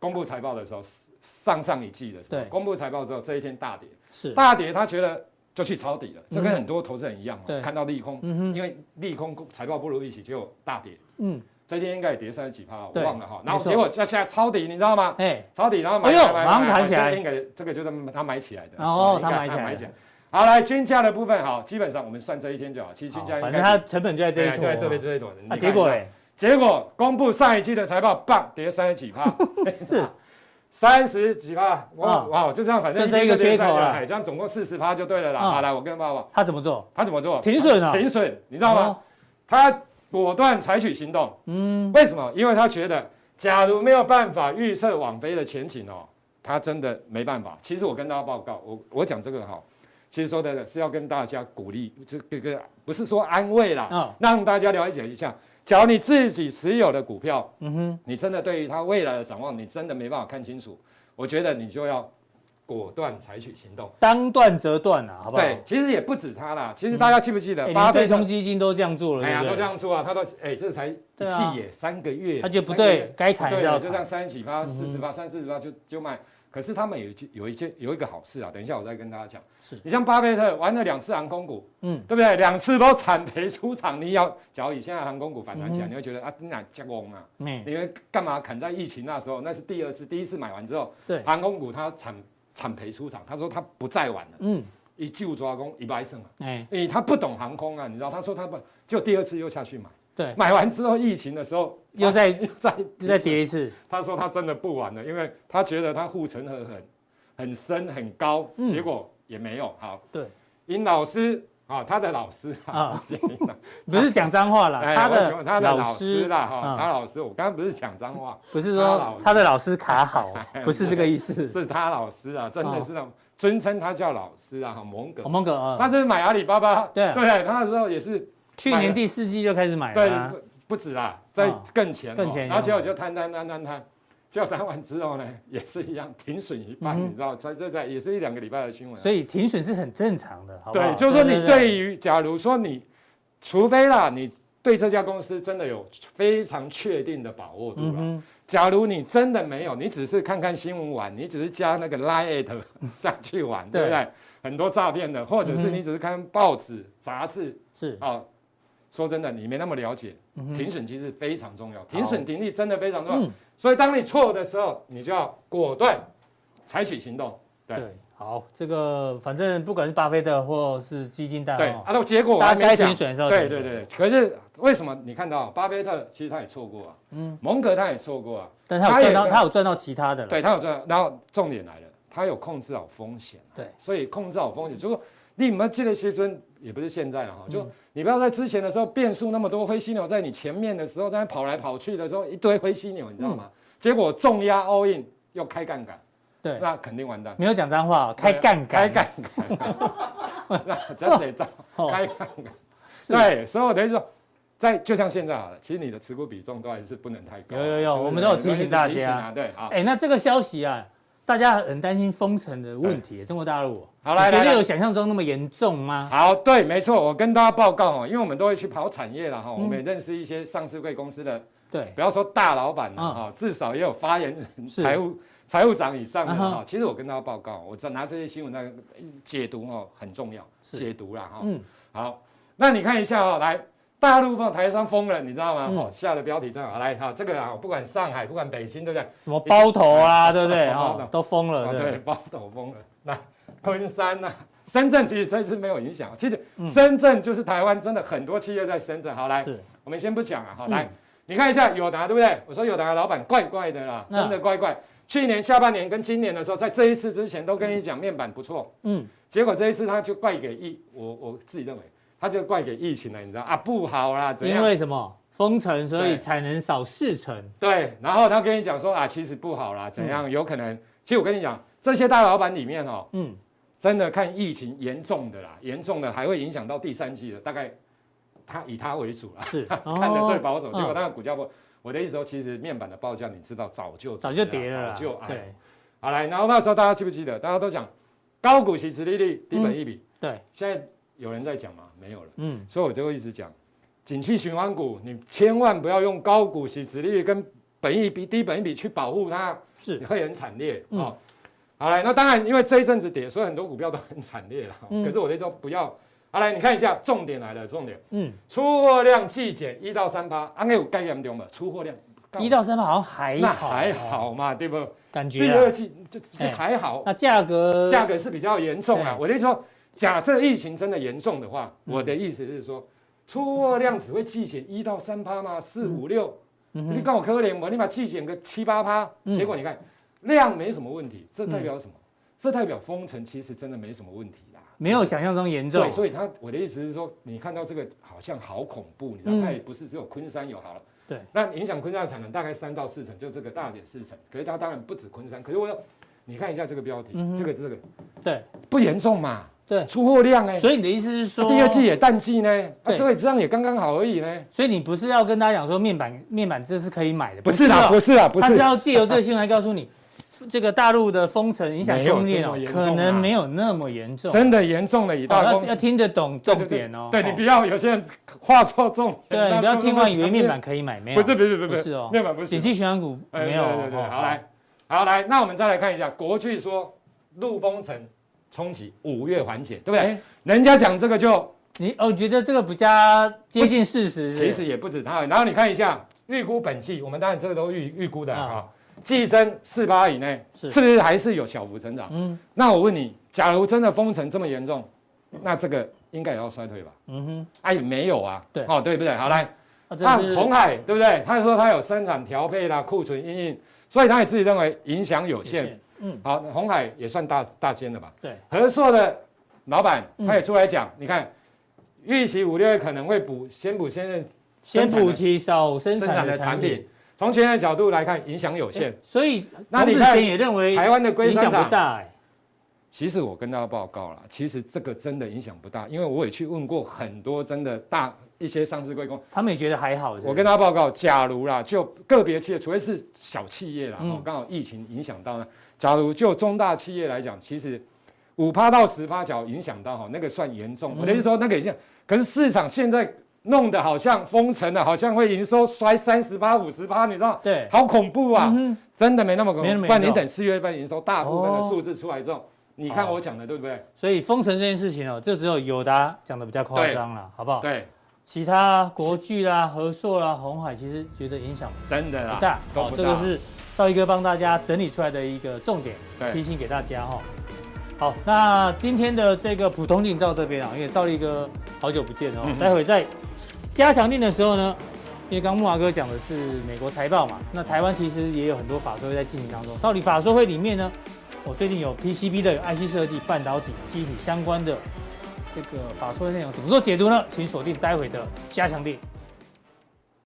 Speaker 5: 公布财报的时候，上上一季的时候
Speaker 2: 对，
Speaker 5: 公布财报之后，这一天大跌，
Speaker 2: 是嗯
Speaker 5: 大跌，他觉得就去抄底了。这跟很多投资人一样、
Speaker 2: 对
Speaker 5: 哦，看到利空，
Speaker 2: 嗯哼
Speaker 5: 因为利空财报不如预期，结果大跌。
Speaker 2: 嗯，
Speaker 5: 这天应该也跌三十几趴，我
Speaker 2: 对
Speaker 5: 忘了哈。
Speaker 2: 没
Speaker 5: 然后
Speaker 2: 错
Speaker 5: 结果现在抄底，你知道吗？
Speaker 2: 哎，
Speaker 5: 抄底，然后买，
Speaker 2: 哎呦
Speaker 5: 买买
Speaker 2: 马上弹
Speaker 5: 买
Speaker 2: 起来
Speaker 5: 这应该这个就是他买起来的。
Speaker 2: 哦
Speaker 5: 啊应该
Speaker 2: 他买起来的
Speaker 5: 好，来均价的部分，好，基本上我们算这一天就好。其实均
Speaker 2: 好
Speaker 5: 价应该
Speaker 2: 反正它成本就在这
Speaker 5: 对
Speaker 2: 一
Speaker 5: 啊
Speaker 2: 坨，
Speaker 5: 就在这边这一坨。你
Speaker 2: 啊，
Speaker 5: 看
Speaker 2: 结果
Speaker 5: 一下
Speaker 2: 嘞，
Speaker 5: 结果公布上一季的财报，棒，跌三十几趴，
Speaker 2: (laughs) 是
Speaker 5: 三十几趴，哇
Speaker 2: 嗯
Speaker 5: 哇，就这样，反正
Speaker 2: 就这一个缺口啊
Speaker 5: 了，哎这样总共四十趴就对了啦。
Speaker 2: 嗯
Speaker 5: 好，来，我跟爸爸，
Speaker 2: 他怎么做？
Speaker 5: 他怎么做？
Speaker 2: 停损啊
Speaker 5: 停损，你知道吗？
Speaker 2: 哦？
Speaker 5: 他果断采取行动，
Speaker 2: 嗯，
Speaker 5: 为什么？因为他觉得，假如没有办法预测网飞的前景哦，他真的没办法。其实我跟大家报告，我我讲这个哈、其实说真的是要跟大家鼓励，这这个不是说安慰啦，
Speaker 2: 嗯
Speaker 5: 让大家了解一下。假如你自己持有的股票，
Speaker 2: 嗯哼，
Speaker 5: 你真的对于它未来的展望，你真的没办法看清楚，我觉得你就要果断采取行动。
Speaker 2: 当断则断啊，好不好？
Speaker 5: 对，其实也不止他啦，其实大家记不记得
Speaker 2: 哎，
Speaker 5: 巴
Speaker 2: 连
Speaker 5: 菲
Speaker 2: 对
Speaker 5: 特
Speaker 2: 冲？基金都这样做了，
Speaker 5: 哎
Speaker 2: 对
Speaker 5: 呀，
Speaker 2: 不
Speaker 5: 都
Speaker 2: 对？
Speaker 5: 这样做啊，他都哎，这才
Speaker 2: 对
Speaker 5: 一
Speaker 2: 啊
Speaker 5: 季也三个月，
Speaker 2: 他觉得不
Speaker 5: 三个月
Speaker 2: 对，该砍
Speaker 5: 对
Speaker 2: 就要
Speaker 5: 了，就这
Speaker 2: 砍。
Speaker 5: 样三十几趴、四十趴、三四十趴就就卖。可是他们有一件有一件有一个好事啊，等一下我再跟大家讲。
Speaker 2: 是
Speaker 5: 你像巴菲特玩了两次航空股，
Speaker 2: 嗯
Speaker 5: 嗯，对不对？两次都惨赔出场，你要假如以现在航空股反弹起
Speaker 2: 嗯
Speaker 5: 来，
Speaker 2: 哼
Speaker 5: 你会觉得啊，你哪加工啊？
Speaker 2: 嗯，
Speaker 5: 你们干嘛砍在疫情那时候？那是第二次，第一次买完之后，
Speaker 2: 对
Speaker 5: 航空股他惨惨赔出场，他说他不再玩了，
Speaker 2: 嗯，
Speaker 5: 一救抓工一百胜啊。
Speaker 2: 哎，
Speaker 5: 因为他不懂航空啊，你知道？他说他不，就第二次又下去买，
Speaker 2: 对，
Speaker 5: 买完之后疫情的时候
Speaker 2: 又再
Speaker 5: (laughs) 又再
Speaker 2: 又再跌一次，
Speaker 5: 他说他真的不玩了，因为他觉得他护城河很很深很高，
Speaker 2: 嗯
Speaker 5: 结果也没有好。
Speaker 2: 对，
Speaker 5: 尹老师啊，他的老师
Speaker 2: 啊
Speaker 5: (laughs) 啊，谢谢尹老
Speaker 2: 不是讲脏话啦，
Speaker 5: 哎
Speaker 2: 他
Speaker 5: 我喜欢他
Speaker 2: 的
Speaker 5: 的
Speaker 2: 老
Speaker 5: 老师
Speaker 2: 师
Speaker 5: 啦哈
Speaker 2: 嗯，
Speaker 5: 他老师，我刚刚不是讲脏话，
Speaker 2: 不是
Speaker 5: 他
Speaker 2: 说
Speaker 5: 老师哎
Speaker 2: 他的老师卡
Speaker 5: (laughs)
Speaker 2: 好，不是这个意思。
Speaker 5: 是他老师啊，真的是那种尊称他叫老师啊，哈，蒙哥
Speaker 2: 哦，。蒙哥啊
Speaker 5: 他，就是买阿里巴巴，
Speaker 2: 对
Speaker 5: 对，他那时候也是
Speaker 2: 去年第四季就开始买
Speaker 5: 对
Speaker 2: 了啊，
Speaker 5: 不不止啦，在
Speaker 2: 啊
Speaker 5: 更前哦
Speaker 2: 更前
Speaker 5: 然后结果就摊摊摊摊摊，结果摊完之后呢，也是一样停损一半，
Speaker 2: 嗯哼
Speaker 5: 你知道，在在在也是一两个礼拜的新闻啊。
Speaker 2: 所以停损是很正常的，好不好？
Speaker 5: 对，就是说你对
Speaker 2: 对
Speaker 5: 于，假如说你，除非啦，你对这家公司真的有非常确定的把握度
Speaker 2: 嗯
Speaker 5: 啦。
Speaker 2: 哼，
Speaker 5: 假如你真的没有，你只是看看新闻玩，你只是加那个 Line (laughs) it 下去玩，
Speaker 2: 对
Speaker 5: 对不对？很多诈骗的，或者是
Speaker 2: 嗯哼
Speaker 5: 你只是看报纸、杂志
Speaker 2: 是，
Speaker 5: 啊。哦说真的，你没那么了解，
Speaker 2: 嗯哼
Speaker 5: 停损机制非常重要，停损停利真的非常重要
Speaker 2: 嗯。
Speaker 5: 所以当你错的时候，你就要果断采取行动。对
Speaker 2: 对，好，这个反正不管是巴菲特或是基金大
Speaker 5: 对，
Speaker 2: 亨哦，
Speaker 5: 啊，结果我
Speaker 2: 大
Speaker 5: 还
Speaker 2: 家
Speaker 5: 没
Speaker 2: 该
Speaker 5: 讲
Speaker 2: 停。损的时候
Speaker 5: 对
Speaker 2: 停损，
Speaker 5: 对对，可是为什么你看到巴菲特其实他也错过啊，
Speaker 2: 嗯
Speaker 5: 嗯，蒙格他也错过啊，
Speaker 2: 但他有
Speaker 5: 他也
Speaker 2: 赚到，
Speaker 5: 对
Speaker 2: 他有赚到其他的了。
Speaker 5: 对他有这，然后重点来了，他有控制好风险、啊，
Speaker 2: 对，嗯
Speaker 5: 所以控制好风险，就是说你们这个学尊也不是现在了哈，就你不要在之前的时候变数那么多，灰犀牛在你前面的时候，在那跑来跑去的时候一堆灰犀牛，你知道
Speaker 2: 嗯
Speaker 5: 吗？结果重压 all in 又开杠杆，
Speaker 2: 对，
Speaker 5: 那肯定完蛋。
Speaker 2: 没有讲脏话哦，开杠
Speaker 5: (laughs) 开
Speaker 2: 杆，
Speaker 5: 杠 (laughs) 杆，那真得造
Speaker 2: 哦
Speaker 5: 开杠杆。
Speaker 2: 是
Speaker 5: 对，所以我等于说，在就像现在好了，其实你的持股比重都还是不能太高。啊
Speaker 2: 有有有
Speaker 5: 就是
Speaker 2: 我们都有提醒大家
Speaker 5: 提醒啊。对，好，
Speaker 2: 哎，那这个消息啊，大家很担心封城的问题，中国大陆哦。
Speaker 5: 好来
Speaker 2: 你觉
Speaker 5: 来
Speaker 2: 得
Speaker 5: 来
Speaker 2: 有想象中那么严重吗？
Speaker 5: 好，对，没错，我跟大家报告哦，因为我们都会去跑产业了
Speaker 2: 嗯
Speaker 5: 哈，我们也认识一些上市贵公司的，
Speaker 2: 对，
Speaker 5: 不要说大老板了
Speaker 2: 嗯
Speaker 5: 哈，至少也有发言人、
Speaker 2: 是
Speaker 5: 财务财务长以上的
Speaker 2: 嗯哼
Speaker 5: 哈。其实我跟大家报告，我只拿这些新闻来解读哦，很重要，
Speaker 2: 是
Speaker 5: 解读啦哈。
Speaker 2: 嗯，
Speaker 5: 好，那你看一下哦，来，大陆放台商疯了，你知道吗？
Speaker 2: 嗯
Speaker 5: 哦，下的标题正好，来，好，这个啊，不管上海，不管北京，对不对？
Speaker 2: 什么包头啊，对不对？
Speaker 5: 哎包头
Speaker 2: 哦，都封了，
Speaker 5: 哦，
Speaker 2: 对不
Speaker 5: 对，
Speaker 2: 对。
Speaker 5: 包头疯了，那昆山呐、深圳其实这次没有影响，其实
Speaker 2: 嗯
Speaker 5: 深圳就是台湾真的很多企业在深圳。好，来，
Speaker 2: 是，
Speaker 5: 我们先不讲啊，好，
Speaker 2: 嗯
Speaker 5: 来，你看一下友达，对不对？我说友达的老板怪怪的啦，
Speaker 2: 嗯
Speaker 5: 真的怪怪。去年下半年跟今年的时候，在这一次之前都跟你讲面板不错，
Speaker 2: 嗯，
Speaker 5: 结果这一次他就怪给疫，我我自己认为他就怪给疫情了，你知道啊不好啦，怎
Speaker 2: 因
Speaker 5: 样？
Speaker 2: 为什么封城，所以
Speaker 5: 对
Speaker 2: 产能少四成。
Speaker 5: 对，然后他跟你讲说啊其实不好
Speaker 2: 嗯
Speaker 5: 啦，怎样？有可能，其实我跟你讲，这些大老板里面哦，
Speaker 2: 嗯，
Speaker 5: 真的看疫情严重的啦，严重的还会影响到第三季的，大概他以他为主啦，
Speaker 2: 是，
Speaker 5: (laughs) 看得最保守，
Speaker 2: 嗯
Speaker 5: 结果那个股价不。我的意思说，其实面板的报价，你知道早就
Speaker 2: 早就跌了啦。
Speaker 5: 早就哎
Speaker 2: 对
Speaker 5: 好来，然后那时候大家记不记得？大家都讲高股息、殖利率、低本益比，
Speaker 2: 嗯对，
Speaker 5: 现在有人在讲吗？没有了。
Speaker 2: 嗯，
Speaker 5: 所以我就一直讲，景气循环股，你千万不要用高股息、殖利率跟本益比、低本益比去保护它，
Speaker 2: 是
Speaker 5: 你，会很惨烈啊、
Speaker 2: 嗯
Speaker 5: 哦好来，那当然，因为这一阵子跌，所以很多股票都很惨烈了。
Speaker 2: 嗯
Speaker 5: 可是我那时候不要。好来，你看一下，重点来了，重点，
Speaker 2: 嗯，
Speaker 5: 出货量季减一到三趴，安 A 有概念懂吗？出货量
Speaker 2: 一到三好像还
Speaker 5: 那
Speaker 2: 好，哦
Speaker 5: 还，好嘛，对不？
Speaker 2: 感
Speaker 5: 第
Speaker 2: 觉
Speaker 5: 二
Speaker 2: 啊。
Speaker 5: 季就就还好，
Speaker 2: 那价格
Speaker 5: 价格是比较严重啊
Speaker 2: 对。
Speaker 5: 我就说，假设疫情真的严重的话，我的意思是说，出货量只会季减一到三趴吗？四五六，你告我可怜我，你把季减个七八趴，
Speaker 2: 嗯
Speaker 5: 结果你看量没什么问题，这代表什么？这代表封城其实真的没什么问题啦。
Speaker 2: 没有想象中严重
Speaker 5: 对，，所以他我的意思是说，你看到这个好像好恐怖，你知道，
Speaker 2: 嗯
Speaker 5: 它也不是只有昆山有好了。
Speaker 2: 对，
Speaker 5: 那影响昆山的产能大概三到四成，就这个大姐四成。可是它当然不止昆山，可是我要你看一下这个标题，
Speaker 2: 嗯哼
Speaker 5: 这个这个
Speaker 2: 对
Speaker 5: 不严重嘛？
Speaker 2: 对
Speaker 5: 出货量呢？
Speaker 2: 所以你的意思是
Speaker 5: 啊
Speaker 2: 说，
Speaker 5: 第二季也淡季呢，啊，
Speaker 2: 对
Speaker 5: 这个这样也刚刚好而已呢。
Speaker 2: 所以你不是要跟大家讲说面板面板这是可以买的，
Speaker 5: 不是啦，
Speaker 2: 哦
Speaker 5: 不是啦，不
Speaker 2: 他
Speaker 5: 是
Speaker 2: 是。要借由这个新闻来告诉你，这个大陆的封城影响
Speaker 5: 没有
Speaker 2: 供应链哦
Speaker 5: 这么严，重啊
Speaker 2: 可能没有那么严重。啊
Speaker 5: 真的严重了，以
Speaker 2: 哦
Speaker 5: 大
Speaker 2: 要
Speaker 5: 公
Speaker 2: 要
Speaker 5: 司
Speaker 2: 听得懂重
Speaker 5: 对对对
Speaker 2: 点哦。
Speaker 5: 对
Speaker 2: 哦
Speaker 5: 你不要有些人画错重点，
Speaker 2: 对你不要听完以为面
Speaker 5: 板
Speaker 2: 板可以买，没有，
Speaker 5: 不是不是不是
Speaker 2: 不是哦
Speaker 5: 面板不是
Speaker 2: 景气循环股
Speaker 5: 哎
Speaker 2: 没有
Speaker 5: 对
Speaker 2: 哦。
Speaker 5: 对对，
Speaker 2: 哦
Speaker 5: 好来，，好来，那我们再来看一下，国巨说陆丰城冲击五月缓解，对不对
Speaker 2: 哎？
Speaker 5: 人家讲这个就
Speaker 2: 你哦觉得这个比较接近事实
Speaker 5: 其
Speaker 2: 是？
Speaker 5: 实也不止它，然后你看一下预估本季，我们当然这个都预预估的
Speaker 2: 啊
Speaker 5: 啊，季增四八以内，
Speaker 2: 是
Speaker 5: 是不是还是有小幅增长？
Speaker 2: 嗯
Speaker 5: 那我问你，假如真的封城这么严重，那这个应该也要衰退吧？
Speaker 2: 嗯哼，
Speaker 5: 哎，没有啊，
Speaker 2: 对
Speaker 5: 哦，对不对？好来，
Speaker 2: 啊
Speaker 5: 那
Speaker 2: 这是
Speaker 5: 红海对不对？他说他有生产调配啦、库存因应，所以他也自己认为影响有限。，
Speaker 2: 嗯
Speaker 5: 好，红海也算大大间了吧？
Speaker 2: 对，
Speaker 5: 和硕的老板
Speaker 2: 嗯
Speaker 5: 他也出来讲，你看，预期五六月可能会补先补先认
Speaker 2: 先
Speaker 5: 生产的
Speaker 2: 补齐少生
Speaker 5: 生产
Speaker 2: 产
Speaker 5: 的
Speaker 2: 的
Speaker 5: 产
Speaker 2: 产
Speaker 5: 品
Speaker 2: 品，。
Speaker 5: 从前的角度来看，影响有限
Speaker 2: 哎。所以那
Speaker 5: 那你
Speaker 2: 你
Speaker 5: 看
Speaker 2: 前也认为
Speaker 5: 台湾的龟
Speaker 2: 影
Speaker 5: 山
Speaker 2: 响
Speaker 5: 厂
Speaker 2: 不，大哎，
Speaker 5: 其实我跟大家报告了，其实这个真的影响不大，因为我也去问过很多真的大一些上市贵公司
Speaker 2: 他们也觉得还好。是不是
Speaker 5: 我跟大家报告，假如啦，就个别企业，除非是小企业啦，
Speaker 2: 嗯
Speaker 5: 哦，刚好疫情影响到呢。假如就中大企业来讲，其实五趴到十趴，假如影响到哈，那个算严重。我的意
Speaker 2: 嗯
Speaker 5: 思说，那个已经，可是市场现在弄得好像封城了，好像会营收衰三十八、五十趴，你知道，
Speaker 2: 对，
Speaker 5: 好恐怖啊！
Speaker 2: 嗯哼
Speaker 5: 真的没那么恐
Speaker 2: 没那
Speaker 5: 怖，
Speaker 2: 么
Speaker 5: 不然你
Speaker 2: 严重
Speaker 5: 等四月份营收大部分的
Speaker 2: 哦
Speaker 5: 数字出来之后，你看
Speaker 2: 好
Speaker 5: 我讲的对不对？
Speaker 2: 所以封城这件事情哦，就只有友达讲的比较夸张了，好不好？
Speaker 5: 对，
Speaker 2: 其他国巨啦、和硕啦、红海，其实觉得影响
Speaker 5: 真的啦，
Speaker 2: 不大。
Speaker 5: 都
Speaker 2: 好
Speaker 5: 不
Speaker 2: 这
Speaker 5: 大
Speaker 2: 个是赵一哥帮大家整理出来的一个重点
Speaker 5: 对，
Speaker 2: 提醒给大家哈、好，那今天的这个普通定到这边啊，因为赵力哥好久不见哦，
Speaker 5: 嗯
Speaker 2: 待会在加强定的时候呢，因为刚木华哥讲的是美国财报嘛，那台湾其实也有很多法说会在进行当中。到底法说会里面呢，我最近有 PCB 的、有 IC 设计、半导体、机体相关的这个法说会内容，怎么做解读呢？请锁定待会的加强定。